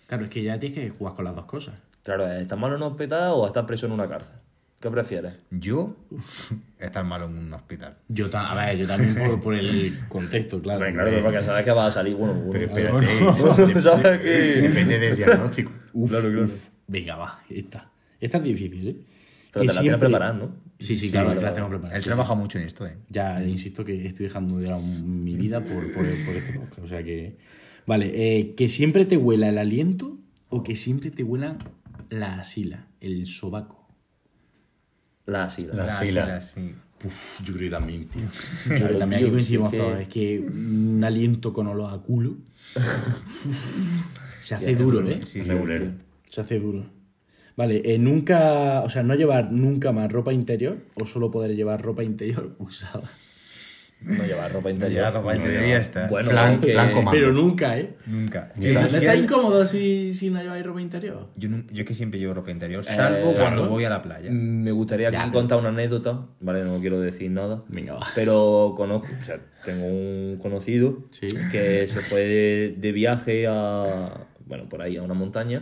Speaker 4: claro, es que ya tienes que jugar con las dos cosas.
Speaker 6: Claro, ¿estás malo en un hospital o estás preso en una cárcel? ¿Qué prefieres?
Speaker 5: Yo, estar malo en un hospital.
Speaker 4: Yo, ta- a ver, yo también por, por el contexto, claro. eh,
Speaker 6: Hombre, claro, pero porque sabes que vas a salir bueno. bueno.
Speaker 2: Pero
Speaker 6: Claro,
Speaker 2: espérate,
Speaker 6: no.
Speaker 2: Pues
Speaker 6: ¿Sabes qué?
Speaker 2: depende del diagnóstico.
Speaker 4: Uf,
Speaker 6: Claro, claro.
Speaker 4: uf. Venga, va, esta. Esta es difícil, ¿eh?
Speaker 6: Pero
Speaker 4: Que
Speaker 6: te la tienes preparada, ¿no?
Speaker 4: Sí, sí,
Speaker 6: Sí,
Speaker 4: claro,
Speaker 6: claro.
Speaker 4: que la tengo preparada.
Speaker 5: Él
Speaker 4: sí,
Speaker 5: trabaja mucho en esto, ¿eh?
Speaker 4: sí. Ya, insisto que estoy dejando de lado mi vida por, por, por este podcast. O sea que. Vale, eh, que siempre te huela el aliento o que siempre te huelan la asila, el sobaco.
Speaker 6: La asila.
Speaker 2: La-
Speaker 5: Las
Speaker 2: sila.
Speaker 5: silas, sí.
Speaker 4: Puf, yo creo que también, tío. Yo
Speaker 6: Claro,
Speaker 4: creo que también
Speaker 6: tío,
Speaker 4: aquí coincidimos
Speaker 6: sí, sí.
Speaker 4: todos. Es que un aliento con olor a culo. Se hace duro, ¿eh?
Speaker 5: Sí, sí.
Speaker 2: Regulero.
Speaker 4: Se hace duro. Vale, eh, nunca, o sea, no llevar nunca más ropa interior o solo poder llevar ropa interior usada.
Speaker 6: No llevar ropa
Speaker 5: No
Speaker 6: interior.
Speaker 5: lleva ropa interior y ya está.
Speaker 6: Bueno,
Speaker 2: Plan-
Speaker 6: aunque-
Speaker 2: plan comando.
Speaker 4: Eh, Pero nunca, ¿eh?
Speaker 5: Nunca.
Speaker 2: Ni
Speaker 5: Yo,
Speaker 2: la-
Speaker 4: ¿No
Speaker 5: yo-
Speaker 4: está incómodo si, si no lleváis ropa interior?
Speaker 5: yo nun- yo es que siempre llevo ropa interior, salvo
Speaker 6: claro.
Speaker 5: cuando voy a la playa.
Speaker 6: Me gustaría aquí
Speaker 4: Ya, pero-
Speaker 6: contar una anécdota, ¿vale? No quiero decir nada.
Speaker 4: Venga, va.
Speaker 6: Pero conozco, o sea, tengo un conocido
Speaker 4: Sí.
Speaker 6: que se fue de, de viaje a, bueno, por ahí, a una montaña.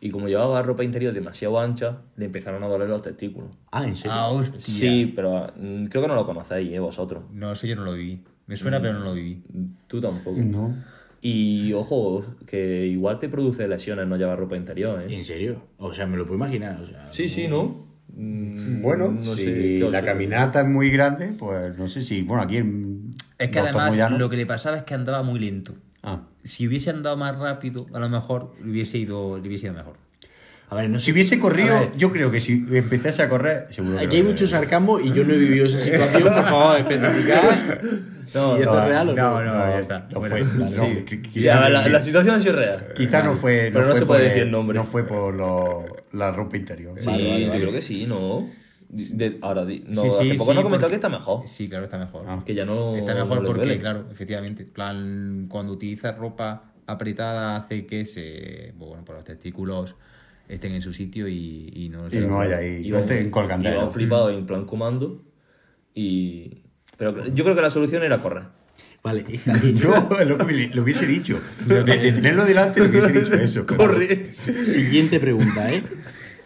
Speaker 6: Y como llevaba ropa interior demasiado ancha, le empezaron a doler los testículos.
Speaker 4: Ah, ¿en serio?
Speaker 5: Ah, hostia.
Speaker 6: Sí, pero mm, creo que no lo conocéis, ¿eh? Vosotros.
Speaker 5: No, eso yo no lo viví. Me suena, pero no lo viví.
Speaker 6: Tú tampoco.
Speaker 2: No.
Speaker 6: Y ojo, que igual te produce lesiones no llevar ropa interior, ¿eh?
Speaker 4: ¿En serio? O sea, me lo puedo imaginar. O sea,
Speaker 6: Sí, sí, ¿no? Mm,
Speaker 2: Bueno,
Speaker 6: no
Speaker 2: si
Speaker 6: sé, ¿qué os-
Speaker 2: la caminata es muy grande, pues no sé si. Bueno, aquí en.
Speaker 5: Es que
Speaker 2: Doctor
Speaker 5: además
Speaker 2: Moyano-
Speaker 5: lo que le pasaba es que andaba muy lento.
Speaker 2: Ah.
Speaker 5: Si hubiese andado más rápido, a lo mejor le hubiese ido, le hubiese ido mejor.
Speaker 4: A ver, no
Speaker 2: Si
Speaker 4: sé.
Speaker 2: hubiese corrido,
Speaker 5: A ver.
Speaker 2: yo creo que si empezase a correr, seguro que
Speaker 4: Aquí hay
Speaker 2: lo-
Speaker 4: mucho sarcasmo y yo no he vivido esa situación. Por favor, especificar si esto es real o no.
Speaker 5: No, no, ya está.
Speaker 2: No
Speaker 5: Bueno,
Speaker 2: fue.
Speaker 5: vale.
Speaker 2: no,
Speaker 5: Sí.
Speaker 2: qui-
Speaker 6: Sí, a
Speaker 2: quizá
Speaker 6: ver, la,
Speaker 2: no-
Speaker 6: la situación sí es real.
Speaker 2: Quizá no fue.
Speaker 6: Pero no
Speaker 2: fue
Speaker 6: se puede
Speaker 2: por
Speaker 6: decir
Speaker 2: el-
Speaker 6: nombre.
Speaker 2: No fue por lo- la ropa interior.
Speaker 6: Sí,
Speaker 4: Vale, vale,
Speaker 6: yo
Speaker 4: vale.
Speaker 6: creo que sí, ¿no? De- ahora, di- no,
Speaker 5: Sí, sí,
Speaker 6: hace poco
Speaker 5: sí,
Speaker 6: no comentó
Speaker 5: porque-
Speaker 6: que está mejor.
Speaker 5: Sí, claro, está mejor.
Speaker 2: Ah.
Speaker 6: Que ya no.
Speaker 5: Está mejor
Speaker 6: no le
Speaker 5: porque,
Speaker 6: duele.
Speaker 5: claro, efectivamente, plan, cuando utilizas ropa apretada hace que se, pues bueno, por los testículos estén en su sitio y, y no
Speaker 2: Y
Speaker 5: se-
Speaker 2: no hay ahí.
Speaker 6: Iba
Speaker 2: No te
Speaker 6: un- iba
Speaker 2: encolgandero.
Speaker 6: un flipado en plan comando. Y. Pero yo creo que la solución era correr.
Speaker 4: Vale,
Speaker 2: Yo lo, que hubiese- lo hubiese dicho. De, de tenerlo delante, lo hubiese dicho eso. pero-
Speaker 4: Siguiente pregunta, ¿eh?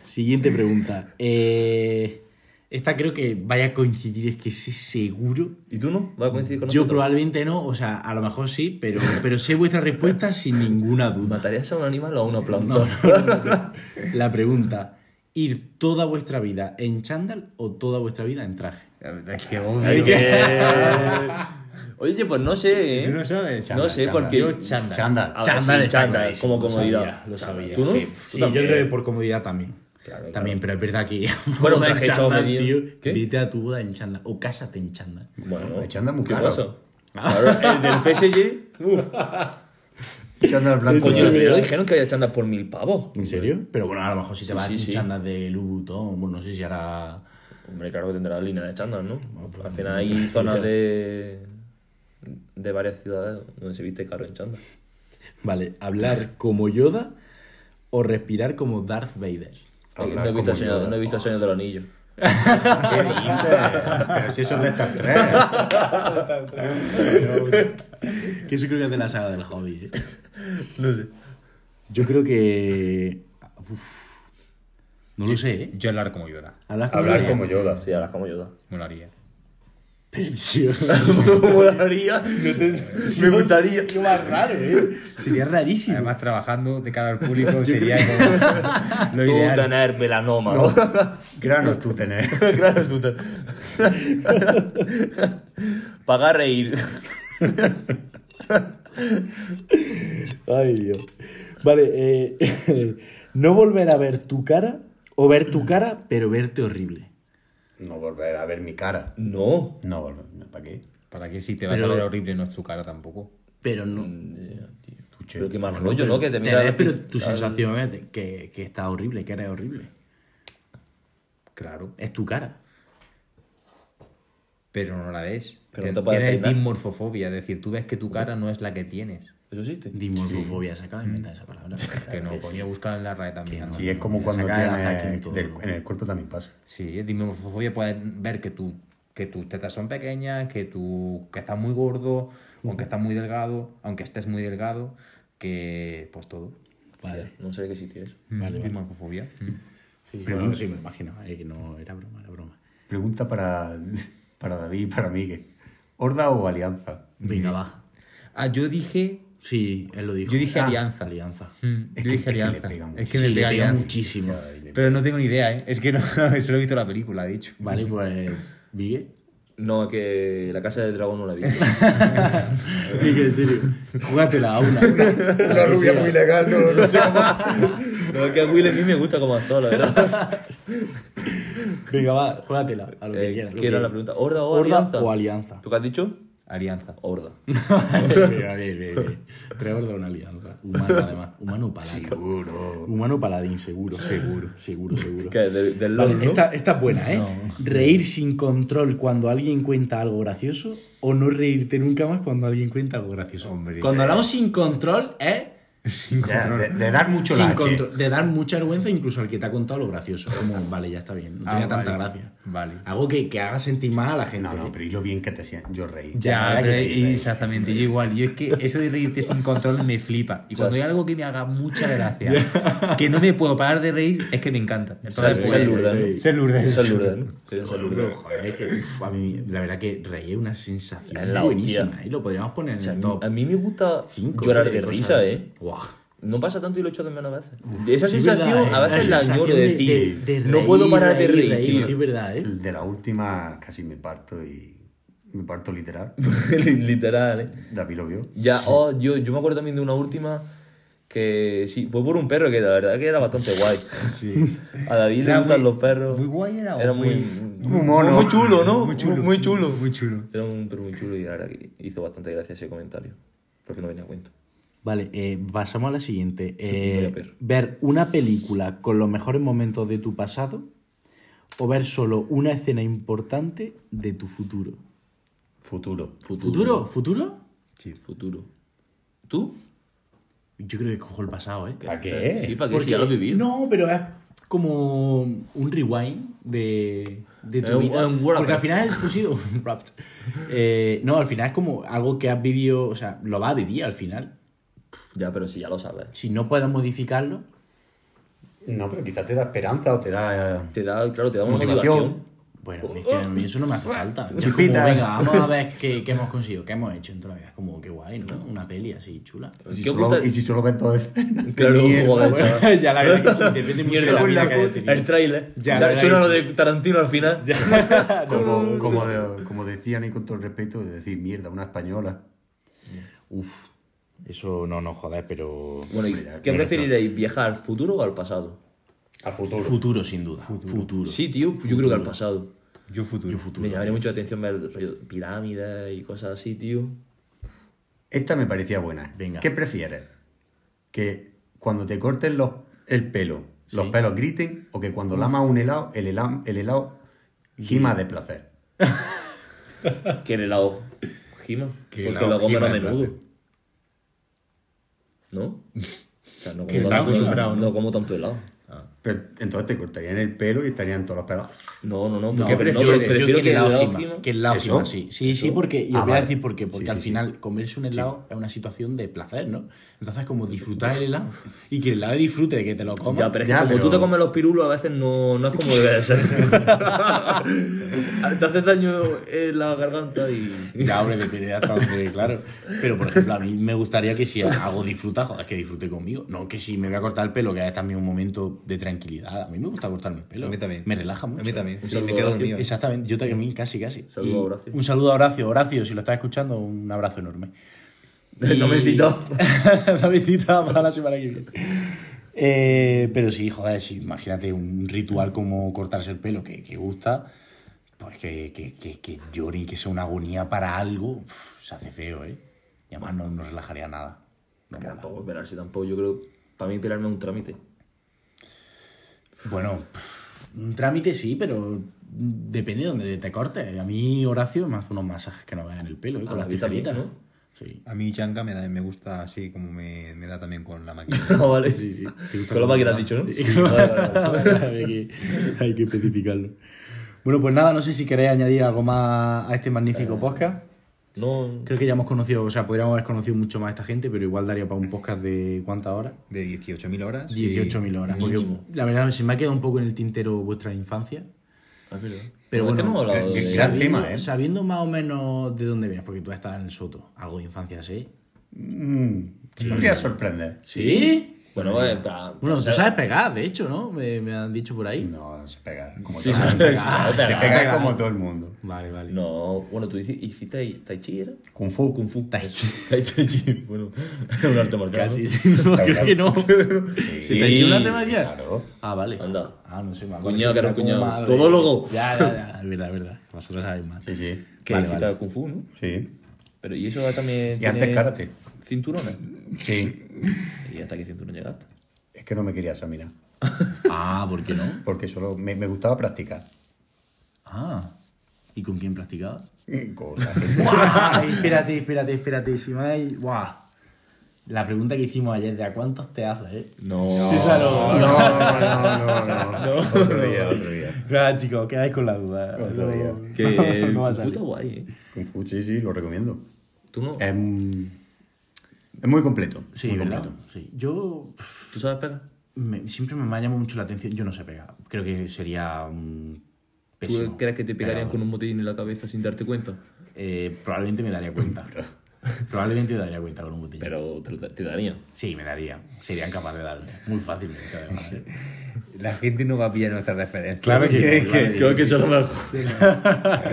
Speaker 4: Siguiente pregunta. Eh, esta creo que vaya a coincidir, es que sé seguro.
Speaker 6: ¿Y tú no? ¿Vas a coincidir con
Speaker 4: Yo
Speaker 6: nosotros?
Speaker 4: probablemente no, o sea, a lo mejor sí, pero, pero sé vuestra respuesta sin ninguna duda.
Speaker 6: ¿Matarías a un animal o a una planta?
Speaker 4: La pregunta, ¿ir toda vuestra vida en chándal o toda vuestra vida en traje?
Speaker 5: La verdad Es que obvio.
Speaker 6: Ay, que- Oye, pues no sé, ¿eh?
Speaker 5: Tú no sabes.
Speaker 6: no sé,
Speaker 2: chándal.
Speaker 6: porque.
Speaker 2: Yo chándal. Chándal.
Speaker 6: Ah,
Speaker 4: Chándal
Speaker 6: sí,
Speaker 4: está
Speaker 6: chándal,
Speaker 4: clarísimo,
Speaker 6: como
Speaker 4: lo
Speaker 6: comodidad.
Speaker 4: sabía, Lo sabía.
Speaker 6: ¿Tú no?
Speaker 4: Sí,
Speaker 6: ¿Tú
Speaker 4: sí, yo
Speaker 6: también?
Speaker 4: creo que por comodidad también.
Speaker 6: Claro, claro.
Speaker 4: También, pero es verdad que.
Speaker 6: Bueno,
Speaker 4: boda en
Speaker 6: traje hecho a
Speaker 4: chándal,
Speaker 6: medida.
Speaker 4: tío.
Speaker 6: ¿Qué?
Speaker 4: Vete a tu boda en chándal o cásate en chándal.
Speaker 6: Bueno,
Speaker 2: El chándal muy
Speaker 6: ¿qué
Speaker 2: caro.
Speaker 6: pasa? Claro, el del PSG.
Speaker 2: Chándal blanco.
Speaker 6: Coño,
Speaker 4: Sí,
Speaker 6: el otro día
Speaker 4: mira.
Speaker 6: dijeron pues que había chándal por mil pavos.
Speaker 4: ¿En serio? Pero bueno, a lo mejor si te
Speaker 6: Sí,
Speaker 4: vas
Speaker 6: sí,
Speaker 4: en
Speaker 6: sí.
Speaker 4: chandas de Louboutin, bueno, no sé si hará...
Speaker 6: Hombre, claro que tendrá línea de chándal, ¿no?
Speaker 4: pues,
Speaker 6: Al final hay zonas de. de varias ciudades donde se viste caro en chándal.
Speaker 4: Vale, hablar como Yoda o respirar como Darth Vader.
Speaker 6: Eh,
Speaker 2: Hablar
Speaker 6: No he visto
Speaker 2: como
Speaker 6: el señor,
Speaker 2: Yoda.
Speaker 6: no he visto el Señor del anillo.
Speaker 2: ¿Qué dices? Pero si eso es de estas tres.
Speaker 4: Que eso creo que es de la saga del hobby. ¿eh?
Speaker 6: No sé.
Speaker 4: Yo creo que. Uf. no lo sé, ¿eh?
Speaker 5: Yo hablar como Yoda.
Speaker 4: Hablar como
Speaker 2: Hablar
Speaker 4: yo.
Speaker 2: como Yoda.
Speaker 6: Sí, hablas como Yoda.
Speaker 5: Molaría.
Speaker 4: Pero, tío,
Speaker 6: Molaría. Me gustaría.
Speaker 4: Qué más raro, ¿eh? Sería rarísimo.
Speaker 5: Además, trabajando de cara al público sería como lo
Speaker 6: Tú
Speaker 5: ideal.
Speaker 6: tener melanoma.
Speaker 2: Granos tú tenés.
Speaker 6: claro, tú te... Pagar reír.
Speaker 4: Ay, Dios. Vale, eh, no volver a ver tu cara o ver tu cara, pero verte horrible.
Speaker 2: No volver a ver mi cara.
Speaker 6: No.
Speaker 2: No, volver- no, ¿para qué?
Speaker 5: ¿Para qué si te vas
Speaker 4: Pero-
Speaker 5: a ver horrible no es tu cara tampoco?
Speaker 4: Pero no.
Speaker 6: Pero qué mal rollo, ¿no? Mm. Que te
Speaker 4: Te
Speaker 6: mira Ah,
Speaker 4: ves, pero tu sensación es de que, que está horrible, que eres horrible.
Speaker 5: Claro.
Speaker 4: Es tu cara.
Speaker 5: Pero no la ves.
Speaker 6: Pero
Speaker 5: Te-
Speaker 6: no te puedes
Speaker 5: tienes
Speaker 6: peinar.
Speaker 5: dimorfofobia, es decir, tú ves que tu cara no es la que tienes.
Speaker 6: Eso existe.
Speaker 4: Dimorfofobia, se acaba de inventar esa palabra.
Speaker 5: Que no, coño, buscar en la RAE también.
Speaker 2: Sí, es como cuando
Speaker 4: Sacar el
Speaker 2: tienes...
Speaker 4: ataque en todo.
Speaker 2: del- en el cuerpo también pasa.
Speaker 5: Sí, es dimorfofobia puedes ver que tú que tus tetas son pequeñas, que tú que estás muy gordo, aunque estás muy delgado, aunque estés muy delgado, que pues todo.
Speaker 4: Vale.
Speaker 6: No sé qué existe eso.
Speaker 4: Vale, vale.
Speaker 5: dimorfofobia.
Speaker 4: Sí,
Speaker 2: Pero
Speaker 4: no,
Speaker 2: no-
Speaker 4: sí, me lo imagino. eh, que no era broma, era broma.
Speaker 2: Pregunta para, para David y para Miguel. ¿Horda o alianza?
Speaker 4: Venga, va.
Speaker 5: Ah, yo dije
Speaker 4: Sí, él lo dijo.
Speaker 5: Yo dije
Speaker 4: Ah,
Speaker 5: alianza.
Speaker 4: Alianza.
Speaker 5: Mm,
Speaker 2: Es
Speaker 5: yo
Speaker 2: que-
Speaker 5: dije
Speaker 2: es que le
Speaker 5: alianza.
Speaker 2: pega mucho.
Speaker 5: Es que
Speaker 4: Que
Speaker 5: me
Speaker 4: me
Speaker 5: pega alianza.
Speaker 4: muchísimo.
Speaker 5: Pero no tengo ni idea, ¿eh? Es que no, solo he visto la película, de hecho.
Speaker 4: Vale, pues. Vigue.
Speaker 6: No, es que la casa del dragón no la he visto.
Speaker 4: Vigue, en serio. Júgatela a una. La
Speaker 2: legal, no, no sé
Speaker 6: no, es que a Will a mí me gusta como actor, la verdad.
Speaker 4: Venga, va, júgatela. A lo que
Speaker 6: Eh,
Speaker 4: quieras. lo
Speaker 6: ¿Qué era
Speaker 4: que-
Speaker 6: la pregunta? ¿Horda o
Speaker 4: ¿Horda
Speaker 6: alianza?
Speaker 4: o alianza?
Speaker 6: ¿Tú qué has dicho?
Speaker 5: Alianza.
Speaker 6: Horda.
Speaker 4: Bien, bien, bien, bien. Tres hordas, una alianza. Humano, además. Humano paladín.
Speaker 2: Seguro.
Speaker 4: Humano paladín, seguro. Seguro. Seguro, seguro.
Speaker 6: ¿Qué? ¿De- ¿Del
Speaker 4: Vale,
Speaker 6: LOL, no?
Speaker 4: esta, esta es buena, ¿eh? Reír sin control cuando alguien cuenta algo gracioso o no reírte nunca más cuando alguien cuenta algo gracioso.
Speaker 5: Hombre.
Speaker 4: cuando hablamos sin control es
Speaker 2: Ya,
Speaker 5: Ah,
Speaker 2: De, de dar mucho
Speaker 4: sin
Speaker 2: la H.
Speaker 4: control, de dar mucha vergüenza incluso al que te ha contado lo gracioso. Como, vale, ya está bien, no
Speaker 5: Ah,
Speaker 4: tenía tanta
Speaker 5: vale.
Speaker 4: gracia.
Speaker 5: Vale.
Speaker 4: Algo que, que haga sentir mal a la gente.
Speaker 2: No, no, pero y lo bien que te sientes. Yo reí.
Speaker 5: Ya,
Speaker 4: Ya,
Speaker 5: pero
Speaker 4: que sí,
Speaker 5: exactamente, yo igual. Yo es que eso de reírte sin control me flipa. Y cuando hay algo que me haga mucha gracia, que no me puedo parar de reír, es que me encanta. Entonces,
Speaker 6: Ser-
Speaker 5: pues,
Speaker 6: ser Lourdes, ¿no?
Speaker 5: ser Lourdes.
Speaker 6: Ser Lourdes, ¿no? Ser- ser
Speaker 4: Joder,
Speaker 6: Lourdes.
Speaker 4: pero, joder, es que, uf, a mí, la verdad que reír es una sensación
Speaker 6: Es la
Speaker 4: buenísima.
Speaker 6: hostia.
Speaker 4: Y lo podríamos poner en
Speaker 6: O sea,
Speaker 4: el top
Speaker 6: a mí me gusta
Speaker 4: cinco,
Speaker 6: llorar
Speaker 4: ¿eh?
Speaker 6: de
Speaker 4: Cosas-
Speaker 6: risa, ¿eh?
Speaker 4: Guau.
Speaker 6: No pasa tanto y lo echo de menos a veces. Esa
Speaker 4: Sí,
Speaker 6: sensación
Speaker 4: verdad, ¿eh?
Speaker 6: a veces
Speaker 4: Esa
Speaker 6: la
Speaker 4: sensación
Speaker 6: añoro de
Speaker 4: de-
Speaker 6: decir,
Speaker 4: de- de
Speaker 6: no puedo
Speaker 4: reír,
Speaker 6: parar de
Speaker 4: reír,
Speaker 6: reír.
Speaker 4: reír,
Speaker 6: tío.
Speaker 4: sí, verdad, ¿eh?
Speaker 2: De la última casi me parto y me parto literal.
Speaker 6: Literal, ¿eh?
Speaker 2: David lo vio.
Speaker 6: Ya, oh, yo, yo me acuerdo también de una última que sí, fue por un perro que la verdad que era bastante guay. A David le
Speaker 5: Era
Speaker 6: gustan
Speaker 5: muy-
Speaker 6: los perros.
Speaker 5: muy guay era o
Speaker 6: Era muy,
Speaker 5: muy-
Speaker 2: muy mono.
Speaker 6: Muy chulo, ¿no?
Speaker 5: Muy chulo. Muy chulo. Muy chulo.
Speaker 6: Era un perro muy chulo y la verdad que hizo bastante gracia ese comentario. Porque no venía a cuento.
Speaker 4: Vale, eh, pasamos a la siguiente. Eh,
Speaker 6: vaya perro.
Speaker 4: ver una película con los mejores momentos de tu pasado o ver solo una escena importante de tu futuro.
Speaker 2: Futuro.
Speaker 4: ¿Futuro? ¿Futuro?
Speaker 6: Sí, futuro. ¿Tú?
Speaker 4: Yo creo que cojo el pasado, ¿eh?
Speaker 2: ¿Para qué?
Speaker 6: Sí, para que sí, ya lo has vivido.
Speaker 4: No, pero es como un rewind de, de tu
Speaker 6: Es un-
Speaker 4: vida.
Speaker 6: es un wrap.
Speaker 4: Porque al final es pues sí, un wrap. Eh, no, al final es como algo que has vivido, o sea, lo vas a vivir al final.
Speaker 6: Ya, pero sí, ya lo sabes.
Speaker 4: Si no puedes modificarlo,
Speaker 2: No, pero quizás te da esperanza o te da. eh,
Speaker 6: Te da, claro, te da una
Speaker 2: Motivación.
Speaker 6: motivación.
Speaker 4: Bueno, es que a mí eso no me hace falta. Es
Speaker 2: Chipita.
Speaker 4: como, venga, vamos a ver qué, qué hemos conseguido, qué hemos hecho en toda la vida. Es como, qué guay, ¿no? Una peli así chula.
Speaker 2: Y si,
Speaker 6: ¿Qué
Speaker 2: solo,
Speaker 6: gusta-
Speaker 2: y si solo ves dos escenas.
Speaker 6: Claro,
Speaker 2: Mierda,
Speaker 6: joder,
Speaker 2: bueno.
Speaker 6: chaval.
Speaker 4: ya la verdad que sí, depende mucho de la
Speaker 6: Mierda,
Speaker 4: vida que hayas tenido.
Speaker 6: El trailer.
Speaker 4: Ya,
Speaker 6: o sea,
Speaker 4: la
Speaker 6: suena lo
Speaker 4: verdad
Speaker 6: de Tarantino al final.
Speaker 2: Como, como, de- como decían y con todo el respeto, de decir mierda, una española.
Speaker 4: Uf, eso no, no joder, pero...
Speaker 6: Bueno, ¿y
Speaker 2: Mira,
Speaker 6: ¿qué
Speaker 2: mira,
Speaker 6: preferiréis? ¿Viajar al futuro o al pasado?
Speaker 2: Al futuro.
Speaker 4: Futuro, sin duda. Futuro.
Speaker 6: Sí, tío, yo creo que al pasado.
Speaker 5: Yo futuro. Yo
Speaker 6: Me llamaría mucho la atención ver el rollo pirámides y cosas así, tío.
Speaker 2: Esta me parecía buena.
Speaker 4: Venga.
Speaker 2: ¿Qué prefieres? ¿Que cuando te corten los, el pelo, los pelos griten? ¿O que cuando lamas un helado, el helado, el helado gima de placer?
Speaker 6: Que el helado gima.
Speaker 5: Que
Speaker 6: Porque
Speaker 5: helado
Speaker 6: lo comen a
Speaker 5: gima,
Speaker 6: menudo.
Speaker 5: entonces.
Speaker 6: ¿No? O sea, no
Speaker 5: Que
Speaker 6: como,
Speaker 5: está
Speaker 6: tanto,
Speaker 5: acostumbrado,
Speaker 6: no como tanto helado.
Speaker 5: Ah.
Speaker 2: Pero entonces te cortarían el pelo y estarían todos los pelos.
Speaker 6: No, no, no.
Speaker 2: ¿Qué
Speaker 6: porque- no,
Speaker 2: prefieres?
Speaker 6: pero prefiero
Speaker 2: Yo
Speaker 6: que,
Speaker 2: que la
Speaker 6: le dé
Speaker 2: óptima.
Speaker 6: óptima.
Speaker 4: Que el lado
Speaker 2: ¿Eso?
Speaker 4: final, sí. Sí, sí, porque. Y
Speaker 2: Ah,
Speaker 4: os voy a
Speaker 2: vale.
Speaker 4: decir por qué. Porque
Speaker 2: Sí,
Speaker 4: al
Speaker 2: sí, sí.
Speaker 4: final comerse un helado es una situación de placer, ¿no? Entonces, como disfrutar el helado. Y que el helado disfrute de que te lo comas.
Speaker 6: Ya, pero es que
Speaker 2: Ya,
Speaker 6: como
Speaker 2: pero-
Speaker 6: tú te comes los pirulos, a veces no, no es como debe de ser. te haces daño en la garganta y.
Speaker 4: Ya, hombre, depende hasta dónde, claro. Pero, por ejemplo, a mí me gustaría que si hago disfruta, joder, que disfrute conmigo. No, que si me voy a cortar el pelo, que es también un momento de tranquilidad. A mí me gusta cortarme el pelo.
Speaker 5: A mí también.
Speaker 4: Me relaja mucho.
Speaker 5: A mí también.
Speaker 6: Un
Speaker 5: Sí,
Speaker 6: saludo
Speaker 5: me
Speaker 6: a
Speaker 5: quedo
Speaker 6: Horacio.
Speaker 5: dormido.
Speaker 4: Exactamente, yo también, casi, casi.
Speaker 6: Saludo
Speaker 4: Y
Speaker 6: a Horacio.
Speaker 4: Un saludo a Horacio. Horacio, si lo estás escuchando, un abrazo enorme.
Speaker 6: No me citó.
Speaker 4: no me citó para la semana que viene. Eh, pero sí, joder, sí, imagínate un ritual como cortarse el pelo que, que gusta, pues que, que, que, que lloren, que sea una agonía para algo, uf, se hace feo, ¿eh? Y además no, no relajaría nada. No mola.
Speaker 6: Tampoco, pelarse tampoco. Yo creo, para mí, pelarme es un trámite.
Speaker 4: Bueno, pf, un trámite sí, pero depende de donde te cortes. A mí Horacio me hace unos masajes que no vean el pelo, ¿eh?
Speaker 6: Ah,
Speaker 4: con las
Speaker 6: a mí también,
Speaker 4: tijeritas, ¿no?
Speaker 6: ¿no?
Speaker 4: Sí.
Speaker 5: A mí Chanca me, da, me gusta así como me, me da también con la máquina.
Speaker 6: Ah, vale. Sí, sí. Con lo más que te has dicho, ¿no? Vale, vale, vale.
Speaker 4: hay, que, hay que especificarlo. Bueno, pues nada, no sé si queréis añadir algo más a este magnífico podcast.
Speaker 6: No.
Speaker 4: Creo que ya hemos conocido, o sea, podríamos haber conocido mucho más a esta gente, pero igual daría para un podcast de cuántas horas.
Speaker 5: De 18.000 horas. y-
Speaker 4: 18.000 horas. porque
Speaker 6: mínimo.
Speaker 4: la verdad, se me ha quedado un poco en el tintero vuestra infancia.
Speaker 6: es verdad.
Speaker 4: Pero
Speaker 6: ¿Por
Speaker 4: bueno,
Speaker 6: qué hemos hablado
Speaker 2: es-
Speaker 6: de-
Speaker 2: es gran
Speaker 4: sabiendo,
Speaker 2: tema, ¿eh?
Speaker 4: sabiendo más o menos de dónde vienes, porque tú has estado en el Soto, algo de infancia, ¿sí?
Speaker 2: Mm, te Podría sorprender.
Speaker 4: ¿Sí?
Speaker 6: Bueno, vale, pa-
Speaker 4: Bueno, tú
Speaker 6: pa-
Speaker 4: sabes pegar, de hecho, ¿no? Me, me han dicho por ahí.
Speaker 2: No, se pega. Como
Speaker 4: Sí,
Speaker 2: todo el
Speaker 4: se
Speaker 2: mundo.
Speaker 4: pega,
Speaker 2: Se
Speaker 4: pega,
Speaker 2: pega
Speaker 4: pega.
Speaker 2: como todo el mundo.
Speaker 4: Vale, vale.
Speaker 6: No, bueno, tú dici- hiciste ahí- Tai Chi, ¿era?
Speaker 2: Kung Fu, Kung Fu.
Speaker 4: Tai Chi.
Speaker 6: Tai Chi, bueno, es un arte marcial.
Speaker 4: Casi, sí, no, creo que no. ¿Se te echó una temática?
Speaker 2: Claro.
Speaker 4: Ah, vale.
Speaker 6: Anda.
Speaker 4: Ah, no sé, me acuerdo.
Speaker 6: Cuñado, que era un
Speaker 4: Como
Speaker 6: cuñado.
Speaker 4: madre.
Speaker 6: Todólogo.
Speaker 4: Ya, ya, ya. Es verdad, es verdad. Vosotros sabéis más.
Speaker 2: Sí, sí.
Speaker 6: Que
Speaker 4: Vale,
Speaker 6: hiciste
Speaker 4: vale.
Speaker 6: Kung Fu, ¿no?
Speaker 2: Sí.
Speaker 6: Pero y eso también.
Speaker 2: Y antes
Speaker 6: tiene
Speaker 2: karate.
Speaker 6: Cinturones.
Speaker 2: Sí.
Speaker 6: ¿Y hasta qué cinturón llegaste?
Speaker 2: Es que no me quería examinar.
Speaker 4: Ah, ¿por qué no?
Speaker 2: Porque solo me, me gustaba practicar.
Speaker 4: Ah. ¿Y con quién practicaba?
Speaker 2: Cosas.
Speaker 4: ¡Guau! espérate, espérate, espérate. Si me hay... ¡Guau! La pregunta que hicimos ayer de a cuántos te haces, ¿eh?
Speaker 6: No.
Speaker 2: No, no, no, no. Otro día, otro día.
Speaker 4: Claro, chicos, quedáis con la duda.
Speaker 2: Otro día.
Speaker 6: Que el
Speaker 4: no va a
Speaker 6: Kung Fu
Speaker 4: salir.
Speaker 6: está guay, ¿eh?
Speaker 2: Kung Fu, sí, sí, lo recomiendo.
Speaker 6: Tú no.
Speaker 2: Es, mm, es muy completo.
Speaker 4: Sí,
Speaker 2: muy
Speaker 4: ¿verdad?
Speaker 2: completo.
Speaker 4: Sí. Yo
Speaker 6: ¿Tú sabes pegar?
Speaker 4: me- siempre me ha llamado mucho la atención. Yo no sé pegar. Creo que sería un
Speaker 6: ¿Tú
Speaker 4: pésimo.
Speaker 6: crees que te pegarían
Speaker 4: Pero,
Speaker 6: con un motín en la cabeza sin darte cuenta?
Speaker 4: eh, probablemente me daría cuenta. probablemente me daría cuenta con un botín.
Speaker 6: Pero te, lo- te darían.
Speaker 4: Sí, me daría. Serían capaces de darme. Muy fácilmente, además. ¿eh?
Speaker 5: La gente no va a pillar nuestra referencia.
Speaker 4: Claro que no, claro
Speaker 6: Creo que eso es lo mejor.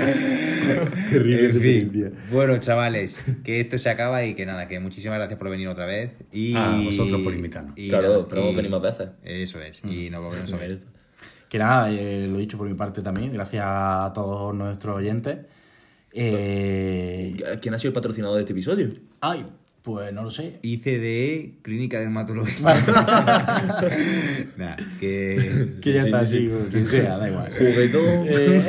Speaker 5: En fin. Bueno, chavales, que esto se acaba y que nada, que muchísimas gracias por venir otra vez. Y
Speaker 2: Ah, A vosotros por invitarnos. Mm.
Speaker 5: y
Speaker 6: Claro,
Speaker 5: nada,
Speaker 6: pero vamos a
Speaker 5: y-
Speaker 6: venir más veces.
Speaker 5: Eso es, y nos volveremos a ver.
Speaker 4: Que nada, eh, lo dicho por mi parte también. Gracias a todos nuestros oyentes. Eh,
Speaker 6: ¿Quién ha sido el patrocinador de este episodio?
Speaker 4: ay, pues no lo sé.
Speaker 5: ICDE, Clínica Dermatológica. Nada, que.
Speaker 4: Que ya está así, quien sea, da igual.
Speaker 6: Juguetón.
Speaker 4: Eh.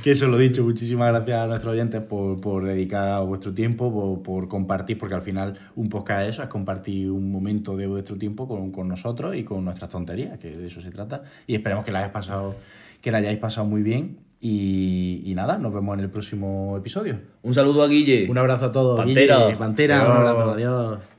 Speaker 4: que eso lo dicho, muchísimas gracias a nuestros oyentes por, por dedicar vuestro tiempo, por, por compartir, porque al final un podcast de eso es compartir un momento de vuestro tiempo con, con nosotros y con nuestras tonterías, que de eso se trata. Y esperemos que la hayáis pasado, que la hayáis pasado muy bien. Y, y nada, nos vemos en el próximo episodio.
Speaker 6: Un saludo a Guille.
Speaker 4: Un abrazo a todos.
Speaker 6: Pantera.
Speaker 4: Guille, Pantera, un abrazo, adiós.